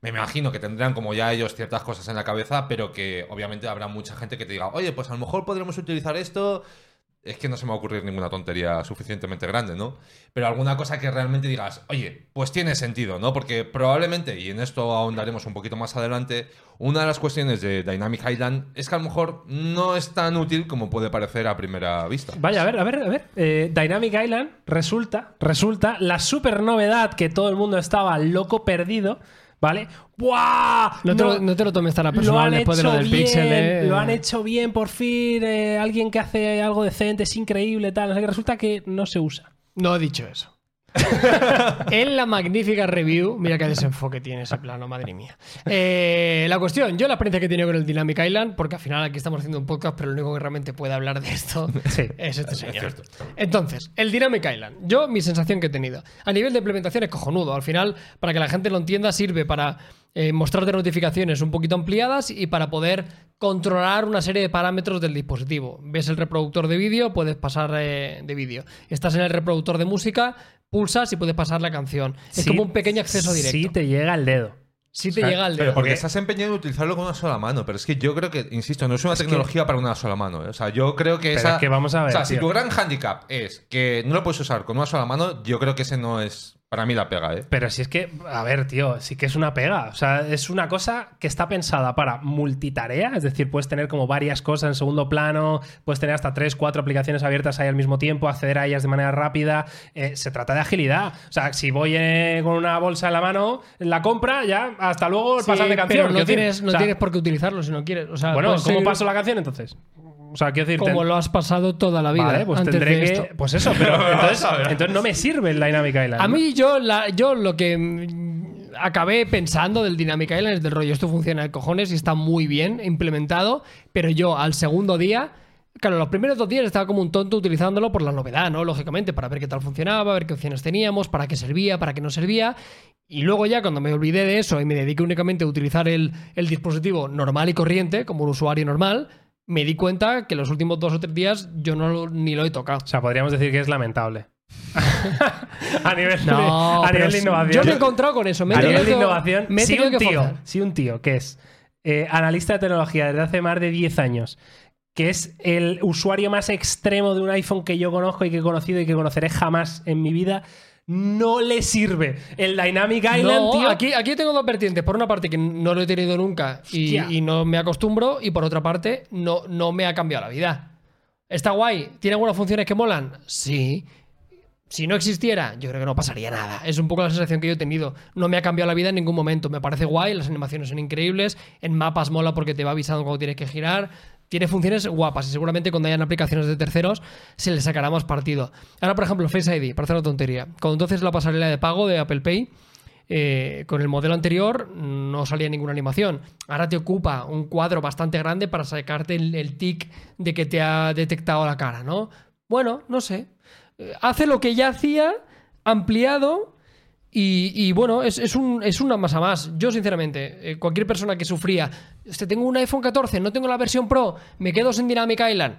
Me imagino que tendrán como ya ellos ciertas cosas en la cabeza, pero que obviamente habrá mucha gente que te diga, oye, pues a lo mejor podremos utilizar esto es que no se me va a ocurrir ninguna tontería suficientemente grande, ¿no? Pero alguna cosa que realmente digas, oye, pues tiene sentido, ¿no? Porque probablemente, y en esto ahondaremos un poquito más adelante, una de las cuestiones de Dynamic Island es que a lo mejor no es tan útil como puede parecer a primera vista.
Vaya, a ver, a ver, a ver. Eh, Dynamic Island resulta, resulta la super novedad que todo el mundo estaba loco perdido, ¿vale? ¡Buah!
No, te, lo, no te lo tomes tan a personal después de lo del
bien,
Pixel. ¿eh?
Lo han hecho bien, por fin. eh, alguien que hace algo decente, es increíble, tal. No sé qué. resulta que no se usa.
No he dicho eso. en la magnífica review, mira qué desenfoque tiene ese plano, madre mía. Eh, la cuestión, yo la experiencia que he tenido con el Dynamic Island, porque al final aquí estamos haciendo un podcast, pero el único que realmente puede hablar de esto
Sí.
es este señor. Entonces, el Dynamic Island, yo mi sensación que he tenido. A nivel de implementación es cojonudo, al final, para que la gente lo entienda, sirve para eh, mostrarte notificaciones un poquito ampliadas y para poder controlar una serie de parámetros del dispositivo. Ves el reproductor de vídeo, puedes pasar eh, de vídeo. Estás en el reproductor de música, pulsas y puedes pasar la canción. Es
Sí,
como un pequeño acceso directo.
Sí, te llega al dedo.
Sí te llega al dedo.
Pero porque estás empeñado en utilizarlo con una sola mano, pero es que yo creo que, insisto, no es una tecnología para una sola mano. ¿eh? O sea, yo creo que
Pero
esa.
es que vamos a ver,
O sea, si
tío.
tu gran handicap es que no lo puedes usar con una sola mano, yo creo que ese no es para mí la pega, ¿eh?
Pero si es que, a ver, tío, sí que es una pega. O sea, es una cosa que está pensada para multitarea, es decir, puedes tener como varias cosas en segundo plano, puedes tener hasta tres, cuatro aplicaciones abiertas ahí al mismo tiempo, acceder a ellas de manera rápida. Eh, se trata de agilidad. O sea, si voy eh, con una bolsa en la mano, la compra, ya, hasta luego, el
Sí,
pasar de canción.
pero no
quiero decir.
tienes, no
O sea,
tienes por qué utilizarlo si no quieres. O sea,
Bueno,
puedes
¿cómo
seguir-
paso la canción entonces? O sea, quiero decir,
como
ten-
lo has pasado toda la vida.
Vale, pues
antes
tendré
de
que.
esto.
Pues eso, pero entonces,
a ver.
entonces no me sirve el Dynamic Island.
A
¿no?
mí yo, la, yo lo que mm, acabé pensando del Dynamic Island es del rollo, esto funciona de cojones y está muy bien implementado, pero yo al segundo día... Claro, los primeros dos días estaba como un tonto utilizándolo por la novedad, ¿no? Lógicamente, para ver qué tal funcionaba, ver qué opciones teníamos, para qué servía, para qué no servía. Y luego ya cuando me olvidé de eso y me dediqué únicamente a utilizar el, el dispositivo normal y corriente, como un usuario normal, me di cuenta que los últimos dos o tres días yo no lo- ni lo he tocado.
O sea, podríamos decir que es lamentable. a nivel,
No,
de, a
pero
nivel de
sí,
innovación.
Yo me he encontrado con eso. Me he
a nivel
tenido
de
que-
innovación,
me he
si
tenido
un,
que
tío,
forzar.
si un tío que es eh, analista de tecnología desde hace más de 10 años, que es el usuario más extremo de un iPhone que yo conozco y que he conocido y que conoceré jamás en mi vida, no le sirve. El Dynamic Island,
No, ah,
tío.
aquí, aquí tengo dos vertientes. Por una parte, que no lo he tenido nunca y,
Hostia.
y no me acostumbro. Y por otra parte, no, no me ha cambiado la vida. Está guay. ¿Tiene algunas funciones que molan? Sí. Si no existiera, yo creo que no pasaría nada. Es un poco la sensación que yo he tenido. No me ha cambiado la vida en ningún momento. Me parece guay, las animaciones son increíbles. En mapas mola porque te va avisando cuando tienes que girar. Tiene funciones guapas y seguramente cuando hayan aplicaciones de terceros se le sacará más partido. Ahora, por ejemplo, Face ID, parece una tontería. Cuando entonces la pasarela de pago de Apple Pay, eh, con el modelo anterior no salía ninguna animación. Ahora te ocupa un cuadro bastante grande para sacarte el, el tic de que te ha detectado la cara, ¿no? Bueno, no sé. Eh, Hace lo que ya hacía, ampliado. Y, y bueno, es, es un, es una masa más. Yo, sinceramente, eh, cualquier persona que sufría, este, tengo un iPhone 14, no tengo la versión Pro, me quedo sin Dynamic Island.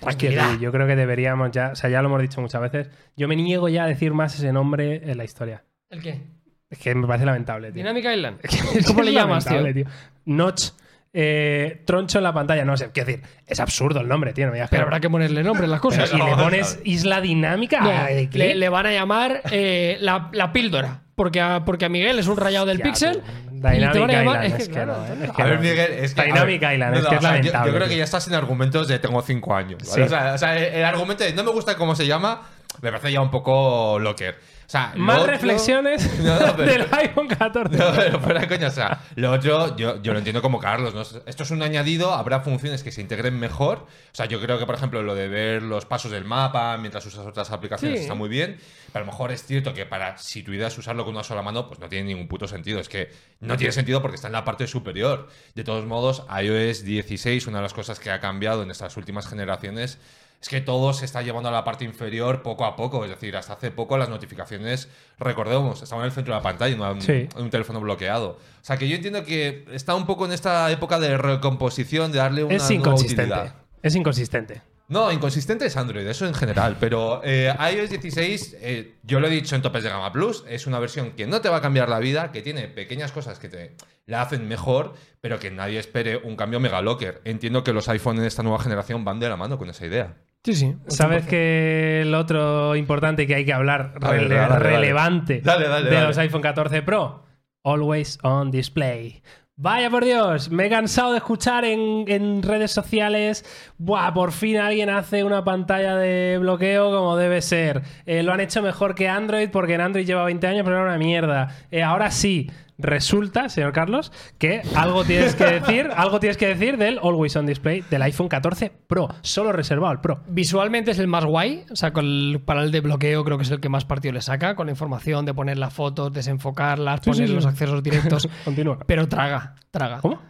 Tranquilidad.
Hostia, tío, yo creo que deberíamos ya, o sea, ya lo hemos dicho muchas veces. Yo me niego ya a decir más ese nombre en la historia.
¿El qué?
Es que me parece lamentable, tío.
Dynamic Island.
Eh, Es
¿Cómo
que
le
es
llamas, tío?
lamentable, Notch, eh, troncho en la pantalla. No sé, quiero decir, es absurdo el nombre, tío. No me digas
Pero
que no.
habrá que ponerle nombre a las
Pero
cosas.
si le pones isla dinámica,
No,
ay, ¿qué?
le, le van a llamar eh, la, la píldora. Porque a, porque a Miguel es un rayado del
Ya,
pixel.
tío.
y te
Dynamic
van a llamar-
Island, es que
claro,
no, eh.
entonces-
es que
A ver,
no.
Miguel, es que.
Dynamic
a ver,
Island, es
no,
que
o
es
sea, yo-
lamentable.
Yo, creo
tío.
que ya estás sin argumentos de tengo cinco años. ¿vale?
Sí.
O sea, o sea, el, el argumento de no me gusta cómo se llama, me parece ya un poco locker. O sea, lo
Más
otro-
reflexiones
No, no, pero-
del iPhone 14.
No, pero fuera coña, o sea, lo otro, yo, yo lo entiendo como Carlos, ¿no? Esto es un añadido, habrá funciones que se integren mejor. O sea, yo creo que, por ejemplo, lo de ver los pasos del mapa mientras usas otras aplicaciones
Sí.
está muy bien. Pero a lo mejor es cierto que para, si tuvieras usarlo con una sola mano, pues no tiene ningún puto sentido. Es que no tiene sentido porque está en la parte superior. De todos modos, iOS 16, una de las cosas que ha cambiado en estas últimas generaciones es que todo se está llevando a la parte inferior poco a poco. Es decir, hasta hace poco las notificaciones, recordemos, estaban en el centro de la pantalla, no en-
Sí.
en un teléfono bloqueado. O sea que yo entiendo que está un poco en esta época de recomposición, de darle una
es
nueva
inconsistente.
utilidad.
Es inconsistente.
No, inconsistente es Android, eso en general, pero eh, iOS 16, eh, yo lo he dicho en Topes de Gama Plus, es una versión que no te va a cambiar la vida, que tiene pequeñas cosas que te la hacen mejor, pero que nadie espere un cambio megalocker. Entiendo que los iPhone en esta nueva generación van de la mano con esa idea.
Sí, sí.
¿Sabes que lo otro importante que hay que hablar,
Dale,
rele-
dale, dale.
relevante,
Dale, dale,
de
dale.
los iPhone 14 Pro? Always on display. Vaya por Dios, me he cansado de escuchar en, en redes sociales. Buah, por fin alguien hace una pantalla de bloqueo como debe ser. Eh, lo han hecho mejor que Android porque en Android lleva 20 años, pero era una mierda. Eh, ahora sí, resulta, señor Carlos, que algo tienes que decir, algo tienes que decir del Always on display del iPhone 14 Pro, solo reservado al Pro.
Visualmente es el más guay, o sea, con el- para el de bloqueo creo que es el que más partido le saca, con la información de poner las fotos, desenfocarlas,
Sí,
poner
sí, sí.
los accesos directos.
Continúa.
Pero traga, traga.
¿Cómo?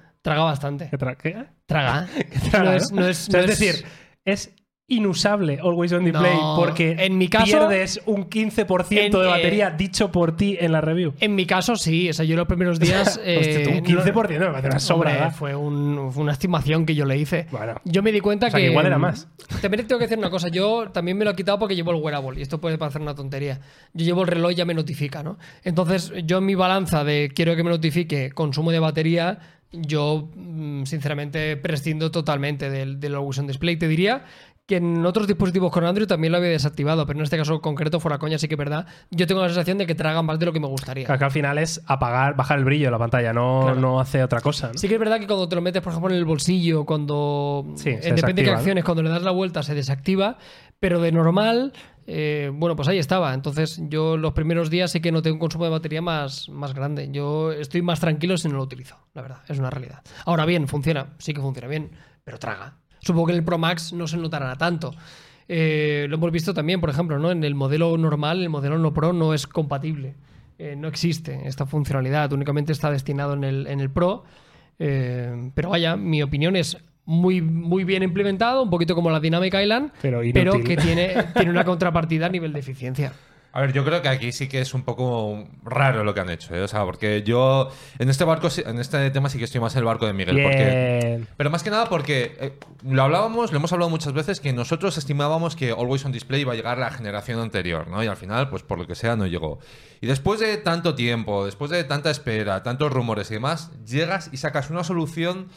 Traga bastante.
¿Qué tra- qué?
Traga.
Claro,
No es, no es-
O sea,
no
es decir, es inusable Always on Display
No,
porque
en mi caso-
pierdes un 15% de
en, eh,
batería dicho por ti en la review.
En mi caso, sí. O sea, yo los primeros días.
Hostia, tú,
eh,
un 15% me parece una sobrada.
Hombre, fue, un- fue una estimación que yo le hice.
Bueno.
Yo me di cuenta
O sea, que igual era más.
También tengo que decir una cosa. Yo también me lo he quitado porque llevo el wearable. Y esto puede parecer una tontería. Yo llevo el reloj y ya me notifica, ¿no? Entonces, yo en mi balanza de quiero que me notifique consumo de batería. Yo, mm, sinceramente, prescindo totalmente del, del Always On Display. Te diría que en otros dispositivos con Android también lo había desactivado, pero en este caso concreto, fuera coña, sí que es verdad. Yo tengo la sensación de que traga más de lo que me gustaría.
Acá al final es apagar, bajar el brillo de la pantalla, no,
Claro.
no hace otra cosa. ¿no?
Sí que es verdad que cuando te lo metes, por ejemplo, en el bolsillo, cuando...
Sí, se
eh, depende de qué
desactiva, ¿no?
acciones, cuando le das la vuelta se desactiva, pero de normal, eh, bueno, pues ahí estaba. Entonces yo los primeros días sí que noté un consumo de batería más, más grande. Yo estoy más tranquilo si no lo utilizo, la verdad, es una realidad. Ahora bien, funciona, sí que funciona bien, pero traga. Supongo que en el Pro Max no se notará tanto. Eh, lo hemos visto también, por ejemplo, ¿no? en el modelo normal, el modelo no Pro no es compatible. Eh, no existe esta funcionalidad, únicamente está destinado en el, en el Pro. Eh, pero vaya, mi opinión es muy, muy bien implementado, un poquito como la Dynamic Island,
Pero inútil.
que tiene, tiene una contrapartida a nivel de eficiencia.
A ver, yo creo que aquí sí que es un poco raro lo que han hecho, ¿eh? O sea, porque yo en este barco, sí- en este tema sí que estoy más en el barco de Miguel, porque
Bien.
pero más que nada porque eh, lo hablábamos, lo hemos hablado muchas veces, que nosotros estimábamos que Always on Display iba a llegar a la generación anterior, ¿no? Y al final, pues por lo que sea, no llegó. Y después de tanto tiempo, después de tanta espera, tantos rumores y demás, llegas y sacas una solución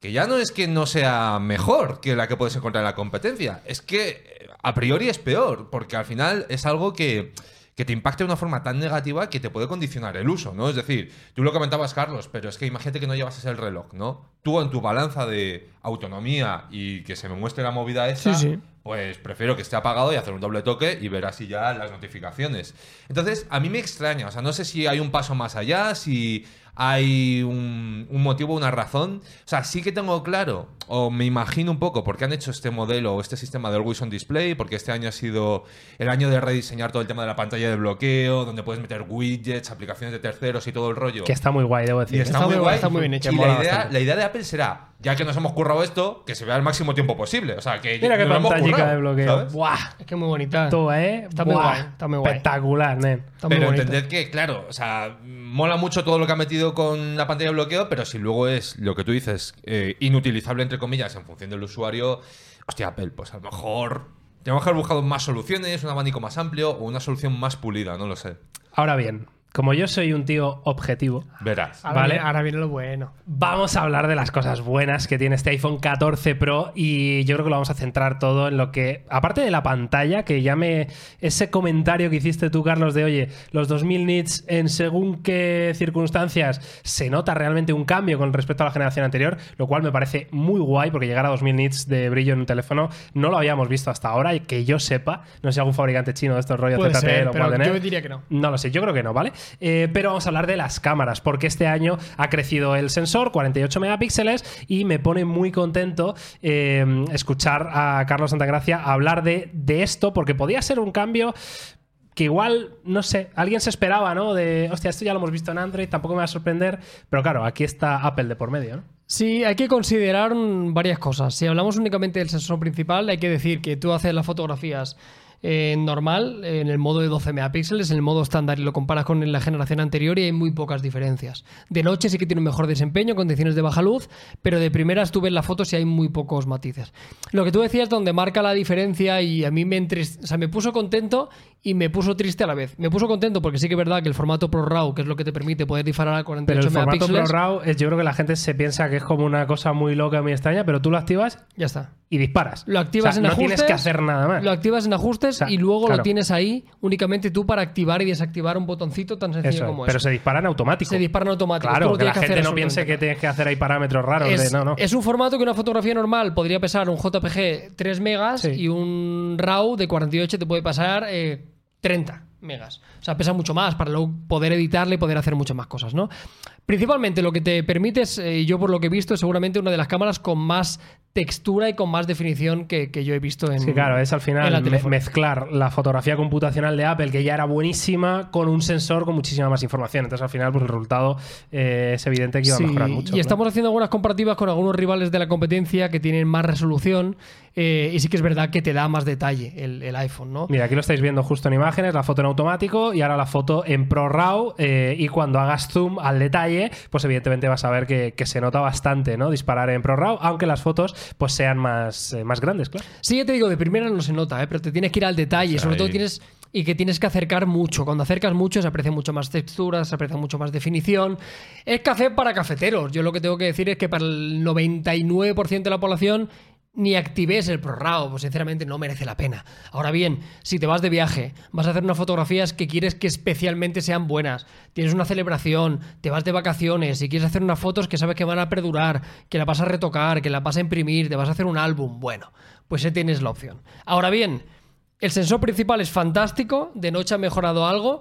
que ya no es que no sea mejor que la que puedes encontrar en la competencia, es que eh, a priori es peor, porque al final es algo que que te impacte de una forma tan negativa que te puede condicionar el uso, ¿no? Es decir, tú lo comentabas, Carlos, pero es que imagínate que no llevas el reloj, ¿no? Tú en tu balanza de autonomía y que se me muestre la movida esa,
Sí, sí.
pues prefiero que esté apagado y hacer un doble toque y ver así ya las notificaciones. Entonces, a mí me extraña, o sea, no sé si hay un paso más allá, si hay un, un motivo, una razón. O sea, sí que tengo claro, o me imagino un poco, por qué han hecho este modelo o este sistema del Always on Display, porque este año ha sido el año de rediseñar todo el tema de la pantalla de bloqueo, donde puedes meter widgets, aplicaciones de terceros y todo el rollo.
Que está muy guay, debo
Y
decir. ¿eh?
está,
Está
muy
muy
guay.
guay, está muy bien hecho,
Y
mola
la idea,
bastante.
la idea de Apple será, ya que nos hemos currado esto, que se vea el máximo tiempo posible. O sea, que
Mira qué
nos lo hemos
pantallica
currado,
de bloqueo.
¿sabes?
Buah,
Es que muy bonita.
todo, ¿eh?
Está muy
Buah,
guay, está muy guay.
Espectacular, nen.
Está muy
pero
bonito.
entended que, claro, o sea, mola mucho todo lo que ha metido con la pantalla de bloqueo, pero si luego es lo que tú dices, eh, inutilizable entre comillas en función del usuario, hostia, Apple, pues a lo mejor tenemos que haber buscado más soluciones, un abanico más amplio o una solución más pulida, no lo sé.
Ahora bien, como yo soy un tío objetivo,
Ah,
Verás.
Ahora,
Vale.
viene, ahora viene lo bueno.
Vamos a hablar de las cosas buenas que tiene este iPhone 14 Pro y yo creo que lo vamos a centrar todo en lo que, aparte de la pantalla, que ya me... Ese comentario que hiciste tú, Carlos, de, oye, los 2000 nits en según qué circunstancias se nota realmente un cambio con respecto a la generación anterior, lo cual me parece muy guay porque llegar a 2000 nits de brillo en un teléfono no lo habíamos visto hasta ahora y que yo sepa, no sé algún fabricante chino de estos rollos
Puede
ZTE
ser,
lo ¿eh?
pero
pueda tener.
yo diría que no.
No lo sé, yo creo que no, ¿vale? Eh, pero vamos a hablar de las cámaras, porque este año ha crecido el sensor, 48 megapíxeles, y me pone muy contento eh, escuchar a Carlos Santagracia hablar de, de esto, porque podía ser un cambio que igual, no sé, alguien se esperaba, ¿no? De, hostia, esto ya lo hemos visto en Android, tampoco me va a sorprender, pero claro, aquí está Apple de por medio, ¿no?
Sí, hay que considerar mm, varias cosas. Si hablamos únicamente del sensor principal, hay que decir que tú haces las fotografías eh, normal, en el modo de 12 megapíxeles, en el modo estándar, y lo comparas con la generación anterior y hay muy pocas diferencias. De noche sí que tiene un mejor desempeño, condiciones de baja luz, pero de primeras tú ves las fotos y hay muy pocos matices. Lo que tú decías, donde marca la diferencia y a mí me entrist- o sea, me puso contento y me puso triste a la vez. Me puso contento porque sí que es verdad que el formato Pro RAW, que es lo que te permite poder disparar a 48
Pero el formato Pro
megapíxeles,
RAW, eh, yo creo que la gente se piensa que es como una cosa muy loca, muy extraña, pero tú lo activas
ya está.
y disparas.
Lo activas
O sea,
en
no
ajustes.
tienes que hacer nada más.
Lo activas en ajustes
sea,
y luego
claro.
lo tienes ahí únicamente tú para activar y desactivar un botoncito tan sencillo
Eso es,
como este.
pero
eso.
se disparan automáticos.
Se disparan automáticos. Tú
Claro,
lo
que la
tienes que
gente
hacer
no piense que
absolutamente
tienes que hacer ahí parámetros raros. de,
es,
no, no.
es un formato que una fotografía normal podría pesar un JPG 3 megas
Sí.
y un RAW de 48 te puede pasar eh, 30 megas. O sea, pesa mucho más para luego poder editarle y poder hacer muchas más cosas, ¿no? Principalmente lo que te permite es, eh, yo por lo que he visto, es seguramente una de las cámaras con más textura y con más definición que, que yo he visto en
Sí, claro, es al
en la
final me-
teléfono.
mezclar la fotografía computacional de Apple, que ya era buenísima, con un sensor con muchísima más información. Entonces, al final, pues el resultado eh, es evidente que iba
Sí,
a mejorar mucho.
Y
¿no?
estamos haciendo algunas comparativas con algunos rivales de la competencia que tienen más resolución. eh, y sí que es verdad que te da más detalle el, el iPhone, ¿no?
Mira, aquí lo estáis viendo justo en imágenes, la foto en automático y ahora la foto en Pro RAW. eh, y cuando hagas zoom al detalle, pues evidentemente vas a ver que, que se nota bastante, ¿no? Disparar en Pro RAW, aunque las fotos pues sean más, eh, más grandes, claro.
Sí, ya te digo, de primera no se nota, ¿eh? pero te tienes que ir al detalle.
O sea,
sobre todo
ahí-
tienes. Y que tienes que acercar mucho. Cuando acercas mucho se aprecia mucho más textura, se aprecia mucho más definición. Es café para cafeteros. Yo lo que tengo que decir es que para el 99% de la población ni actives el prorrao, pues sinceramente no merece la pena. Ahora bien, si te vas de viaje, vas a hacer unas fotografías que quieres que especialmente sean buenas, tienes una celebración, te vas de vacaciones y quieres hacer unas fotos que sabes que van a perdurar, que las vas a retocar, que las vas a imprimir, te vas a hacer un álbum, bueno, pues ahí tienes la opción. Ahora bien, el sensor principal es fantástico, de noche ha mejorado algo,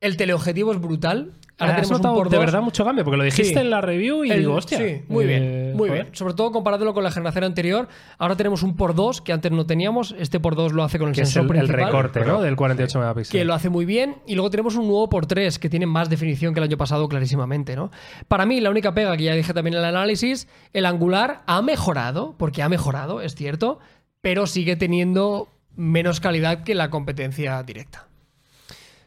el teleobjetivo es brutal. Ahora
Ah, ¿Has
tenemos un
notado
por
de
dos.
verdad mucho cambio, porque lo dijiste
Sí.
en la review y
El-
digo, hostia.
sí, muy
eh,
bien, muy
joder.
bien. Sobre todo comparándolo con la generación anterior, ahora tenemos un por 2 que antes no teníamos. Este por 2 lo hace con el
Que es
sensor
el, el
principal.
recorte, ¿no? Del 48
Que
megapíxeles.
lo hace muy bien. Y luego tenemos un nuevo por 3 que tiene más definición que el año pasado, clarísimamente, ¿no? Para mí, la única pega que ya dije también en el análisis, el angular ha mejorado, porque ha mejorado, es cierto, pero sigue teniendo menos calidad que la competencia directa.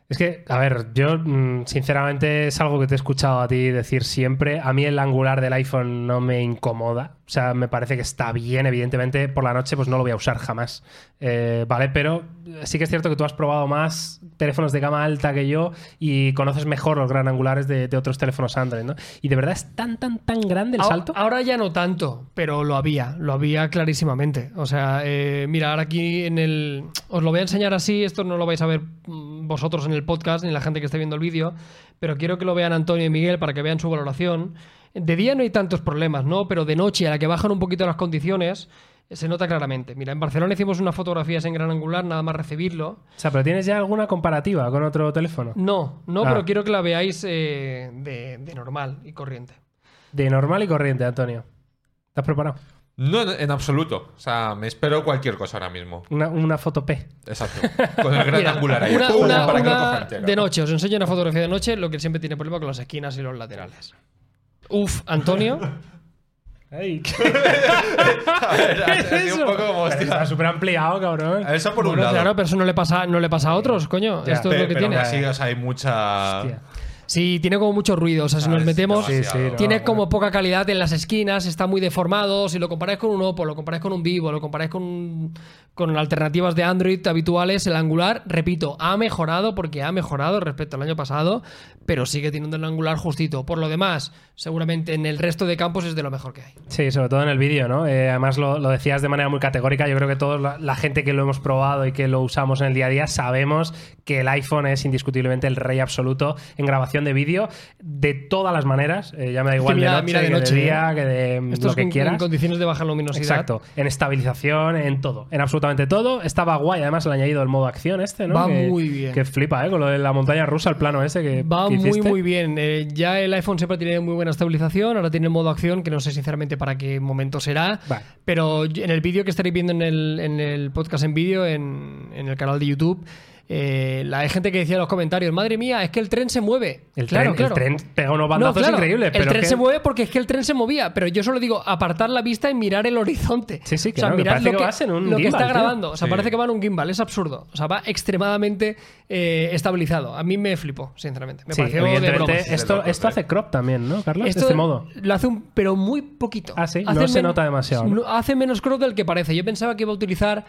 Es que, a ver, yo mm, sinceramente es algo que te he escuchado a ti decir siempre. A mí el angular del iPhone no me incomoda. O sea, me parece que está bien, evidentemente. Por la noche pues no lo voy a usar jamás. Eh, vale, pero sí que es cierto que tú has probado más teléfonos de gama alta que yo y conoces mejor los gran angulares de, de otros teléfonos Android, ¿no? Y de verdad es tan, tan, tan grande el
Ahora-
salto.
Ahora ya no tanto, pero lo había, lo había clarísimamente. O sea, eh, mira, ahora aquí en el. Os lo voy a enseñar así, esto no lo vais a ver mm, vosotros en el podcast ni la gente que esté viendo el vídeo, pero quiero que lo vean Antonio y Miguel para que vean su valoración. De día no hay tantos problemas, ¿no? Pero de noche, a la que bajan un poquito las condiciones, se nota claramente. Mira, en Barcelona hicimos unas fotografías en gran angular, nada más recibirlo.
O sea, pero ¿tienes ya alguna comparativa con otro teléfono?
No, no,
Ah.
pero quiero que la veáis eh, de- de normal y corriente.
De normal y corriente, Antonio. ¿Estás preparado?
No, en, en absoluto. O sea, me espero cualquier cosa ahora mismo.
Una, una foto P.
Exacto. Con el gran
Mira,
angular ahí.
Una,
¡Pum!
una-
para que lo
una
coja entero.
de noche, os enseño una fotografía de noche, lo que siempre tiene problema con las esquinas y los laterales. Uf, Antonio.
A ver, ha- ha sido
eso?
un poco como,
Pero
hostia.
está súper ampliado, cabrón.
Eso por un
Bueno,
lado.
claro, pero eso no le pasa, no le pasa a otros, coño.
Ya,
Esto es lo que
Pe- pero
tiene.
aún así, o sea, hay mucha.
Hostia.
Sí, tiene como mucho ruido. O sea, si nos
es
metemos,
demasiado.
Sí, sí, no.
tiene como poca calidad en las esquinas, está muy deformado. Si lo comparáis con un Oppo, lo comparáis con un Vivo, lo comparáis con un, con alternativas de Android habituales, el Angular, repito, ha mejorado porque ha mejorado respecto al año pasado, pero sigue teniendo el Angular justito. Por lo demás, seguramente en el resto de campos es de lo mejor que hay.
Sí, sobre todo en el vídeo, ¿no? Eh, además lo, lo decías de manera muy categórica. Yo creo que toda la, la gente que lo hemos probado y que lo usamos en el día a día sabemos que el iPhone es indiscutiblemente el rey absoluto en grabación de vídeo de todas las maneras. Eh, ya me da igual
mira-
de noche,
mira de
que
noche,
de día,
¿eh?
que de mm,
Esto
lo
es
que
con- en
quieras.
condiciones de baja luminosidad.
Exacto, en estabilización, en todo, en absolutamente todo. Estaba guay, además le han añadido el modo acción este, ¿no?
Va
Que-
muy bien.
Que flipa, ¿eh? Con lo de la montaña rusa, el plano ese que.
Va
que
muy
hiciste.
muy bien. Eh, ya el iPhone siempre tiene muy buena estabilización, ahora tiene modo acción, que no sé sinceramente para qué momento será.
Vale.
Pero yo- en el vídeo que estaréis viendo en el, en el podcast en vídeo, en, en el canal de YouTube, eh, la hay gente que decía en los comentarios, madre mía, es que el tren se mueve.
El, tren,
claro, claro.
el tren pega unos
No,
bandazos
claro,
increíbles, pero.
el tren
que-
se mueve porque es que el tren se movía, pero yo solo digo apartar la vista y mirar el horizonte.
Sí, sí, que
o sea,
no, que
mirad
parece
lo
que
que,
vas en un
lo que
gimbal,
está
tío.
grabando. O sea,
Sí.
parece que va en un gimbal, es absurdo. O sea, va extremadamente eh, estabilizado. A mí me flipó, sinceramente. Me
Sí,
pareció de
evidentemente,
bromas.
Es de
esto,
locos,
esto
¿eh?
hace crop también, ¿no, Carlos?
Esto
de este modo.
Lo hace un, pero muy poquito.
Ah, sí, no
Hace
se
men-
nota demasiado, ¿no?
no- Hace menos crop del que parece. Yo pensaba que iba a utilizar.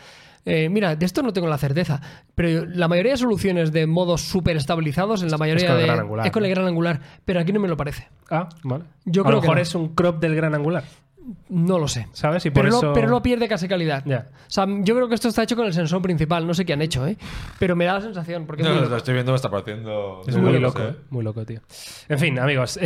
eh, mira, de esto no tengo la certeza, pero la mayoría de soluciones de modos súper estabilizados en la mayoría
con el
de-
gran angular,
es con el
¿no?
gran angular, pero aquí no me lo parece.
Ah, vale.
Yo
a
creo
lo
que
mejor
no.
es un crop del gran angular,
No lo sé.
¿sabes? Y por
Pero,
eso.
no, pero no pierde casi calidad.
Ya.
O sea, yo creo que esto está hecho con el sensor principal. No sé qué han hecho, ¿eh? Pero me da la sensación. Porque es
No,
muy
lo
loco.
estoy viendo, me está pareciendo.
Es muy loco,
¿eh?
eh, muy loco, tío. En fin, amigos,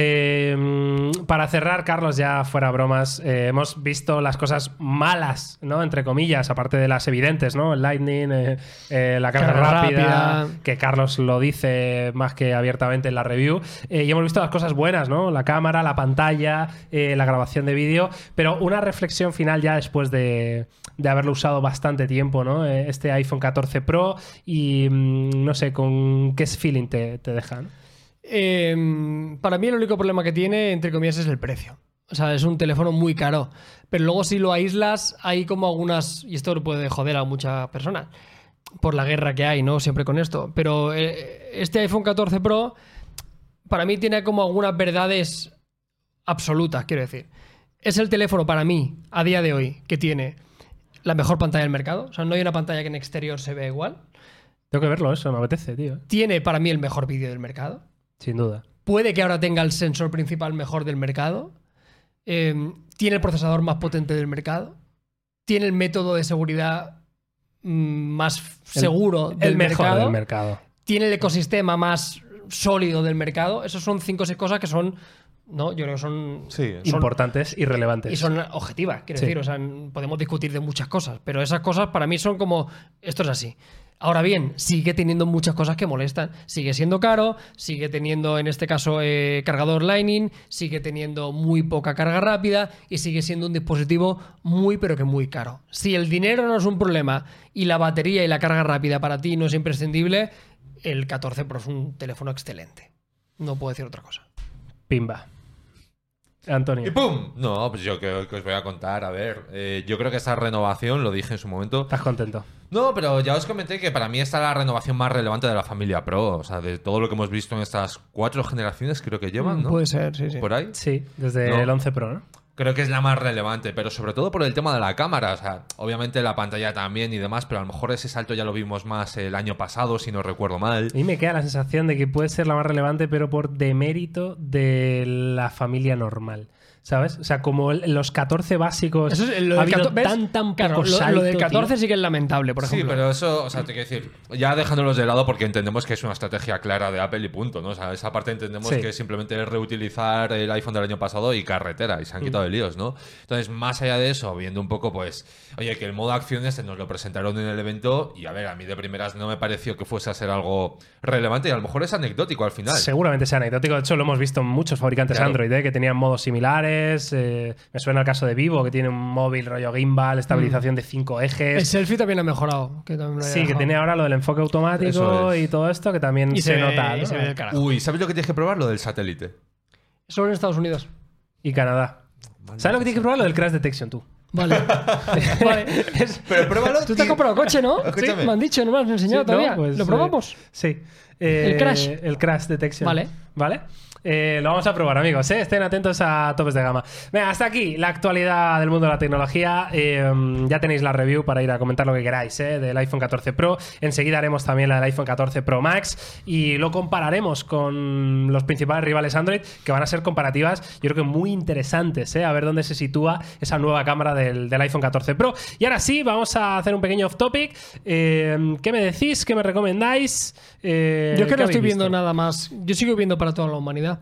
eh, para cerrar, Carlos, ya fuera bromas, eh, hemos visto las cosas malas, ¿no? Entre comillas, aparte de las evidentes, ¿no? El Lightning, eh, eh, la carga
Carga
rápida,
rápida.
que Carlos lo dice más que abiertamente en la review. Eh, y hemos visto las cosas buenas, ¿no? La cámara, la pantalla, eh, la grabación de vídeo. Pero una reflexión final ya después de, de haberlo usado bastante tiempo, ¿no? Eh, Este iPhone 14 Pro y mm, no sé, con qué feeling te, te deja, ¿no?
Eh, para mí el único problema que tiene, entre comillas, es el precio. O sea, es un teléfono muy caro. Pero luego si lo aíslas, hay como algunas... Y esto puede joder a muchas personas. Por la guerra que hay, ¿no? Siempre con esto. Pero eh, este iPhone 14 Pro, para mí tiene como algunas verdades absolutas, quiero decir. Es el teléfono para mí, a día de hoy, que tiene la mejor pantalla del mercado. O sea, no hay una pantalla que en exterior se vea igual.
Tengo que verlo, eso me apetece, tío. eh,
Tiene para mí el mejor vídeo del mercado.
Sin duda.
Puede que ahora tenga el sensor principal mejor del mercado. Eh, tiene el procesador más potente del mercado. Tiene el método de seguridad mm, más f-
El-
seguro del
el mejor
mercado.
del mercado.
tiene el ecosistema más sólido del mercado. Esas son cinco o seis cosas que son. No, yo creo que son.
Sí,
Son-
Importantes y relevantes.
Y son objetivas, quiero
Sí.
decir, o sea, n- podemos discutir de muchas cosas, pero esas cosas para mí son como, esto es así. Ahora bien, sigue teniendo muchas cosas que molestan. Sigue siendo caro, sigue teniendo, en este caso, eh, cargador Lightning, sigue teniendo muy poca carga rápida y sigue siendo un dispositivo muy, pero que muy caro. Si el dinero no es un problema y la batería y la carga rápida para ti no es imprescindible, el 14 Pro es un teléfono excelente. No puedo decir otra cosa.
Pimba. Antonio.
Y ¡pum! No, pues yo creo que os voy a contar. A ver, eh, yo creo que esta renovación, lo dije en su momento.
Estás contento.
No, pero ya os comenté que para mí esta es la renovación más relevante de la familia Pro. O sea, de todo lo que hemos visto en estas cuatro generaciones, creo que llevan, ¿no?
Mm, Puede ser, sí, sí.
Por ahí.
Sí, desde
No.
el 11 Pro, ¿no?
Creo que es la más relevante, pero sobre todo por el tema de la cámara. O sea, obviamente la pantalla también y demás, pero a lo mejor ese salto ya lo vimos más el año pasado, si no recuerdo mal.
A mí me queda la sensación de que puede ser la más relevante, pero por demérito de la familia normal. ¿Sabes? O sea, como el- los 14 básicos.
Eso es, lo
ha
del
habido
14 ¿ves?
tan, tan
Claro,
poco
lo- lo,
salto,
del
tío.
14 sí que es lamentable, por
Sí,
ejemplo.
pero eso, o sea, te quiero decir, ya dejándolos de lado porque entendemos que es una estrategia clara de Apple y punto, ¿no? O sea, esa parte entendemos
Sí.
que simplemente es reutilizar el iPhone del año pasado y carretera, y
Mm.
se han quitado de líos, ¿no? Entonces, más allá de eso, viendo un poco, pues, oye, que el modo acciones se nos lo presentaron en el evento y, a ver, a mí de primeras no me pareció que fuese a ser algo relevante y a lo mejor es anecdótico al final.
Seguramente sea anecdótico. De hecho, lo hemos visto en muchos fabricantes
Claro.
Android ¿eh? que tenían modos similares. eh, me suena el caso de Vivo, que tiene un móvil rollo gimbal,
Mm.
estabilización de 5
El
ejes.
selfie también ha mejorado. que también lo había
Sí, que
dejado.
tiene ahora lo del enfoque automático
Eso es.
y todo esto, que también
Y
se,
se, ve-
nota.
y
¿no?
se ve del carajo.
Uy, ¿sabes lo que tienes que probar? Lo del satélite.
Solo en Estados Unidos.
Y Canadá. ¿Sabes lo que tienes que probar? Lo del crash detection, tú.
Vale. vale.
Pero pruébalo.
Tú te has
tío.
comprado coche, ¿no?
Escúchame.
Me han dicho, no me lo has enseñado
Sí, ¿no?
todavía.
Pues,
¿Lo
eh,
probamos?
sí. Eh,
El crash.
El crash detection.
Vale.
Vale. Eh, lo vamos a probar, amigos. ¿eh? Estén atentos a topes de gama. Venga, hasta aquí la actualidad del mundo de la tecnología. Eh, ya tenéis la review para ir a comentar lo que queráis ¿eh? del iPhone 14 Pro. Enseguida haremos también la del iPhone 14 Pro Max y lo compararemos con los principales rivales Android, que van a ser comparativas, yo creo que muy interesantes. ¿eh? A ver dónde se sitúa esa nueva cámara del, del iPhone 14 Pro. Y ahora sí, vamos a hacer un pequeño off topic. Eh, ¿Qué me decís? ¿Qué me recomendáis? Eh,
Yo es
¿qué
que no
habéis
estoy viendo
visto?
nada más. Yo sigo viendo para toda la humanidad.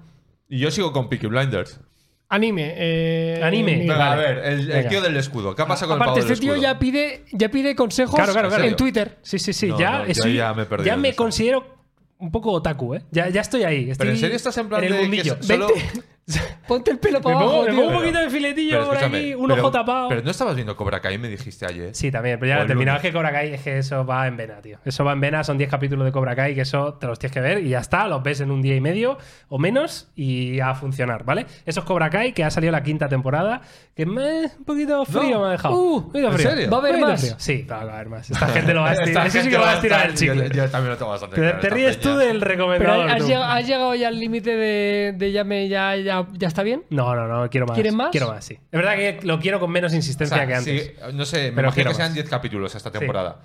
Y yo sigo con Peaky Blinders.
Anime. eh,
Anime.
mira.
Venga,
vale.
a ver, el, el
Venga.
tío del escudo. ¿Qué ha pasado con
Aparte,
el pavo
este
del
tío
escudo?
ya pide, ya pide consejos
Claro, claro, claro.
en Twitter.
Sí, sí, sí.
No,
ya,
no, yo
estoy-
ya me he perdido
ya
en
me
eso.
considero un poco otaku, ¿eh? Ya, ya estoy ahí. estoy
Pero en serio estás en plan
el
de que
mundillo.
solo-
Vente.
Ponte el pelo
Me
para abajo.
pongo, me
tío.
pongo un
Pero-
poquito de filetillo
Pero
por
escúchame,
aquí, un ojo
pero-
tapado.
Pero no estabas viendo Cobra Kai, me dijiste ayer.
Sí, también, pero
O
ya
el
terminaba
lunes.
que Cobra Kai, es que eso va en vena, tío. Eso va en vena, son 10 capítulos de Cobra Kai, que eso te los tienes que ver y ya está, los ves en un día y medio o menos y a funcionar, ¿vale? Eso es Cobra Kai, que ha salido la quinta temporada, que me, un poquito frío
No.
me ha dejado.
Uh,
Un poquito
¿en
frío.
serio?
¿Va a haber
Un poquito
más?
frío. Sí, va a haber más. Esta gente lo va a
Esta
estirar, eso sí
gente
que lo va a
estar-
estirar el
yo-
chicle.
Yo, también lo tengo bastante
Te,
claro,
te
esta
ríes tú
peña.
del
Pero
recomendador.
has
tú.
llegado, has llegado ya al límite de, de ya me ya, ya ya está bien.
No, no, no, quiero más.
¿Quieres más?
Quiero más, sí. Es verdad que lo quiero con menos
O
insistencia
sea,
que antes.
sí, no sé, me
Pero quiero
imagino que
más.
sean 10 capítulos esta temporada.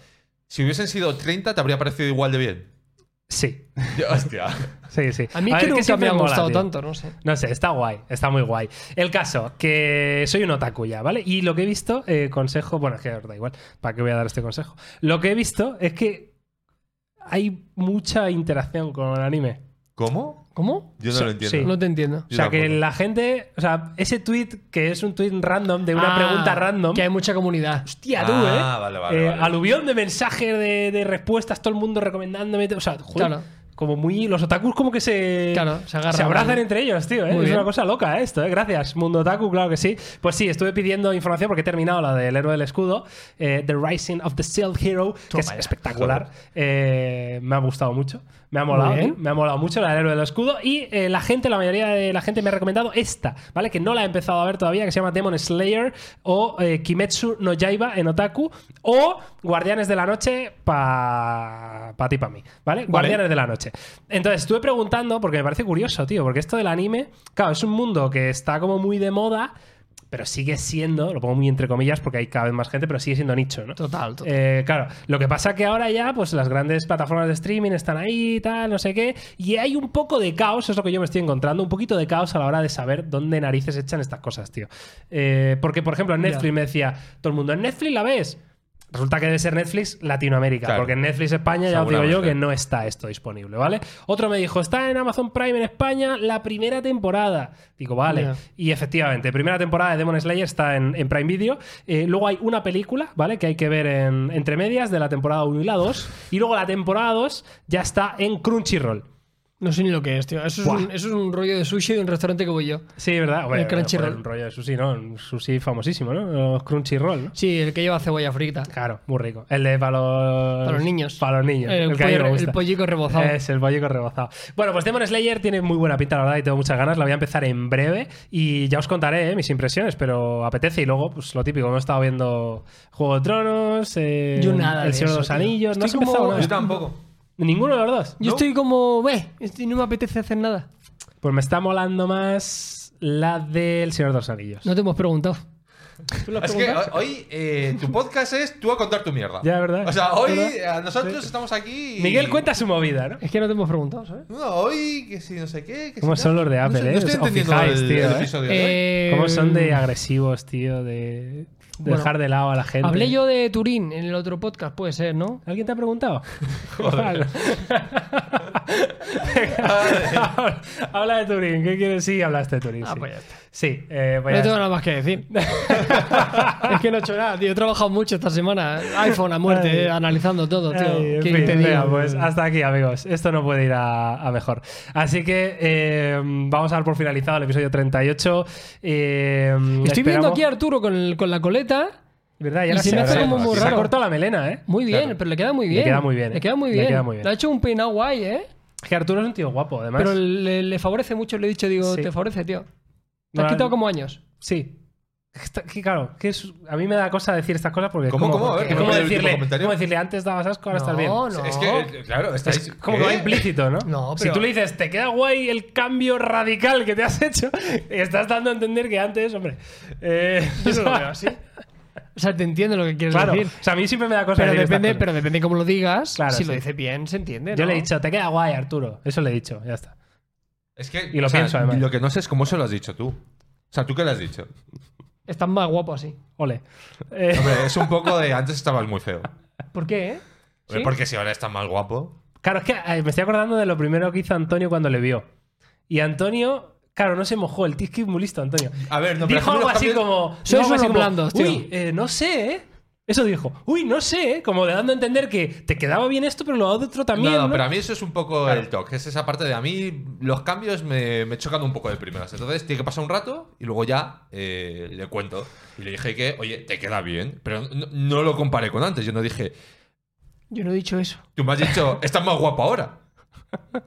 Si hubiesen sido 30, te habría parecido igual de bien.
Sí,
Yo, Hostia.
sí, sí.
A mí es
ver,
que nunca me
siempre
ha
mola,
gustado
tío.
tanto, no sé.
No sé, está guay, está muy guay. El caso, que soy un otaku ya, ¿vale? Y lo que he visto, eh, consejo, bueno, es que os da igual, ¿para qué voy a dar este consejo? Lo que he visto es que hay mucha interacción con el anime.
¿Cómo?
¿Cómo?
Yo no
Sí,
lo entiendo.
sí.
No te entiendo.
O
Yo
sea, que
tampoco.
la gente, o sea, ese tweet que es un tweet random de una
Ah,
pregunta random.
Que hay mucha comunidad.
Hostia, tú, ¿eh?
Ah, vale, vale,
Eh,
vale.
Aluvión de mensajes, de, de respuestas, todo el mundo recomendándome. O sea, joder,
Claro.
como muy. Los otakus como que se.
Claro, se agarran.
abrazan entre ellos, tío. ¿eh?
Muy
Es
bien.
una cosa loca ¿eh? esto, ¿eh? Gracias, Mundo Otaku, claro que sí. Pues sí, estuve pidiendo información porque he terminado la del héroe del escudo, eh, The Rising of the Shield Hero, que es
Toma ya.
espectacular.
Joder.
Eh, me ha gustado mucho. Me ha
Muy
molado, tío.
bien.
Me ha molado mucho la del héroe del escudo. Y eh, la gente, la mayoría de la gente me ha recomendado esta, ¿vale? Que no la he empezado a ver todavía, que se llama Demon Slayer o eh, Kimetsu no Yaiba en Otaku o Guardianes de la Noche para pa ti, para mí, ¿vale? Guardianes de la Noche. Entonces estuve preguntando, porque me parece curioso, tío, porque esto del anime, claro, es un mundo que está como muy de moda. Pero sigue siendo, lo pongo muy entre comillas porque hay cada vez más gente, pero sigue siendo nicho, ¿no?
Total, total.
Eh, claro, lo que pasa que ahora ya, pues las grandes plataformas de streaming están ahí, tal, no sé qué, y hay un poco de caos, es lo que yo me estoy encontrando, un poquito de caos a la hora de saber dónde narices echan estas cosas, tío. Eh, porque, por ejemplo, en Netflix
Ya.
me decía, todo el mundo, ¿en Netflix la ves? Resulta que debe ser Netflix Latinoamérica,
Claro.
porque en Netflix España ya os digo yo
Seguramente.
que no está esto disponible, ¿vale? Otro me dijo, está en Amazon Prime en España la primera temporada. Digo, vale.
Ya.
Y efectivamente, primera temporada de Demon Slayer está en, en Prime Video. Eh, luego hay una película, ¿vale? Que hay que ver en, entre medias de la temporada 1 y la 2. Y luego la temporada 2 ya está en Crunchyroll.
No sé ni lo que es, tío. Eso es,
Buah.
un, eso es un rollo de sushi de un restaurante que voy yo.
Sí, ¿verdad?
En Crunchyroll.
joder, Un rollo de sushi, ¿no? Un sushi famosísimo, ¿no? Los Crunchyroll, ¿no?
Sí, el que lleva cebolla frita.
Claro, muy rico. El de para los...
Para los niños.
Para los niños.
El,
el que a mí
pollo-
me
el
gusta.
pollico rebozado.
Es el pollo con rebozado. Bueno, pues Demon Slayer tiene muy buena pinta, la verdad, y tengo muchas ganas. La voy a empezar en breve y ya os contaré ¿eh? mis impresiones, pero apetece. Y luego, pues lo típico, hemos estado viendo Juego de Tronos, eh,
Yo nada
El
de
Señor de
eso,
los
tío.
Anillos. No
Estoy
has
como-
empezado nada.
Yo tampoco.
Ninguno de los dos.
Yo estoy como, "Beh, este no me apetece hacer nada.
Pues me está molando más la del Señor de los Anillos.
No te hemos preguntado. ¿Tú lo has
Es que
preguntado?
ho- hoy eh, tu podcast es tú a contar tu mierda.
Ya, ¿verdad?
O sea, hoy
¿Verdad?
eh, nosotros estamos aquí. y-
Miguel cuenta su movida, ¿no?
Es que no te hemos preguntado, ¿sabes?
No, hoy que si no sé qué. Que
¿Cómo
si
son
tal.
los de Apple,
no, sé-
eh?
No estoy
Os
entendiendo
fijáis,
el,
tío,
el
eh.
episodio de hoy.
Eh,
¿Cómo son de agresivos, tío? De, de
Bueno,
dejar de lado a la gente.
Hablé yo de Turín en el otro podcast, puede ser, ¿no?
¿Alguien te ha preguntado?
Joder.
Habla- Habla de Turín. ¿Qué quieres? Sí, hablaste de Turín.
Ah,
sí.
pues ya está.
Sí, eh, pues
no
ya
tengo
está.
nada más que decir. es que no he hecho nada, tío. He trabajado mucho esta semana. iPhone a muerte,
Ay.
eh, analizando todo, tío.
Ay, en
¿Qué
fin,
te digo?
venga, pues hasta aquí, amigos. Esto no puede ir a, a mejor. Así que eh, vamos a dar por finalizado el episodio 38. Eh,
Estoy viendo
esperamos-
aquí a Arturo con, con la coleta.
¿Verdad?
y
ahora
se me hace como muy
se ha
raro.
cortado la melena, ¿eh?
Muy bien,
Claro.
pero le queda muy
Le
bien.
queda muy bien, eh.
Le queda muy
Le
bien.
queda muy bien.
Le ha hecho un peinado guay, ¿eh?
Es que Arturo es un tío guapo, además.
Pero le, le favorece mucho, le he dicho, digo,
Sí.
te favorece, tío. Te
No,
has quitado
no.
como años.
Sí. Esta- que claro, que es- a mí me da cosa decir estas cosas porque.
¿Cómo,
como-
cómo? A
porque
ver, que me
como
pone el último
decirle,
comentario.
como decirle, antes dabas asco, ahora estás bien.
No, no.
Es que, eh, claro, estáis.
Es como que va
¿qué?
implícito, ¿no?
No,
Si
pero-
tú le dices, te queda guay el cambio radical que te has hecho, estás dando a entender que antes, hombre. eh,
Yo no lo veo así. O sea, te entiendo lo que quieres
Claro.
decir.
O sea, a mí siempre me da cosa
Pero
decir estas
depende,
cosas.
pero depende cómo lo digas.
Claro, sí.
si lo dices bien, se entiende.
Yo
¿no?
le he dicho, te queda guay, Arturo. Eso le he dicho, ya está.
Es que.
Y lo pienso, además.
Lo que no sé es cómo se lo has dicho tú. O sea, ¿tú qué le has dicho?
Estás más guapo así.
Ole. Eh,
Hombre, es un poco de antes estabas muy feo.
¿Por qué? eh?
Hombre,
¿Sí?
Porque si ahora estás más guapo.
Claro, es que eh, me estoy acordando de lo primero que hizo Antonio cuando le vio. Y Antonio, claro, no se mojó. El tío es que es muy listo, Antonio.
A ver, no pero
dijo
hacemos
algo
los
así
cambios-
como.
Sois
dijo algo así
unos
como,
blandos, tío.
Uy, eh, no sé, ¿eh? Eso dijo. Uy, no sé, ¿eh? Como dando a entender que te quedaba bien esto, pero lo otro también.
No,
No,
no, pero a mí eso es un poco
Claro.
el toque. Es esa parte de a mí los cambios me, me chocan un poco de primeras. Entonces tiene que pasar un rato y luego ya eh, le cuento. Y le dije que, oye, te queda bien. Pero no, no lo comparé con antes. Yo no dije,
Yo no he dicho eso.
tú me has dicho, estás más guapo ahora.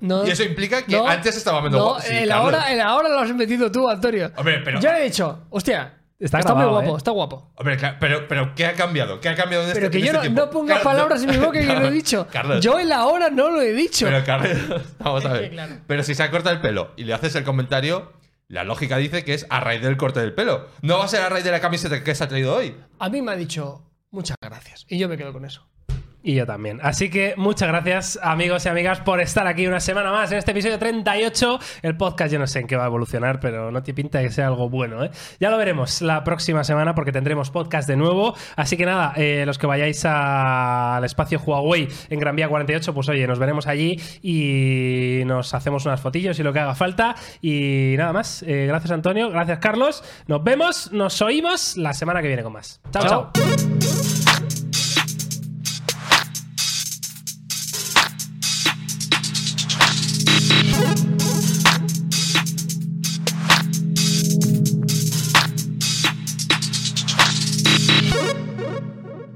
No.
Y eso implica que
No,
antes estaba menos
No,
guapo. Sí,
el,
Carlos.
ahora, el ahora lo has metido tú, Antonio.
Hombre, pero-
Yo le he dicho, hostia,
Está
está,
grabado,
muy guapo,
¿eh?
está guapo.
Hombre, claro, pero, pero ¿qué ha cambiado? ¿Qué ha cambiado en
Pero
este
que yo
en
no,
este
no
tiempo?
ponga
Carlos,
palabras en mi boca que yo no he
Carlos,
dicho.
Carlos.
Yo en la hora no lo he dicho.
Pero Carlos, vamos a
Es que
ver.
claro.
Pero si se ha cortado el pelo y le haces el comentario, la lógica dice que es a raíz del corte del pelo. No va a ser a raíz de la camiseta que se ha traído hoy.
A mí me ha dicho, muchas gracias. Y yo me quedo con eso.
Y yo también. Así que muchas gracias, amigos y amigas, por estar aquí una semana más en este episodio 38. El podcast, yo no sé en qué va a evolucionar, pero no te pinta que sea algo bueno, ¿eh? Ya lo veremos la próxima semana porque tendremos podcast de nuevo. Así que nada, eh, los que vayáis a- al espacio Huawei en Gran Vía 48, pues oye, nos veremos allí y nos hacemos unas fotillos y lo que haga falta. Y nada más. Eh, gracias, Antonio. Gracias, Carlos. Nos vemos, nos oímos la semana que viene con más. chao.
Chao.
chao.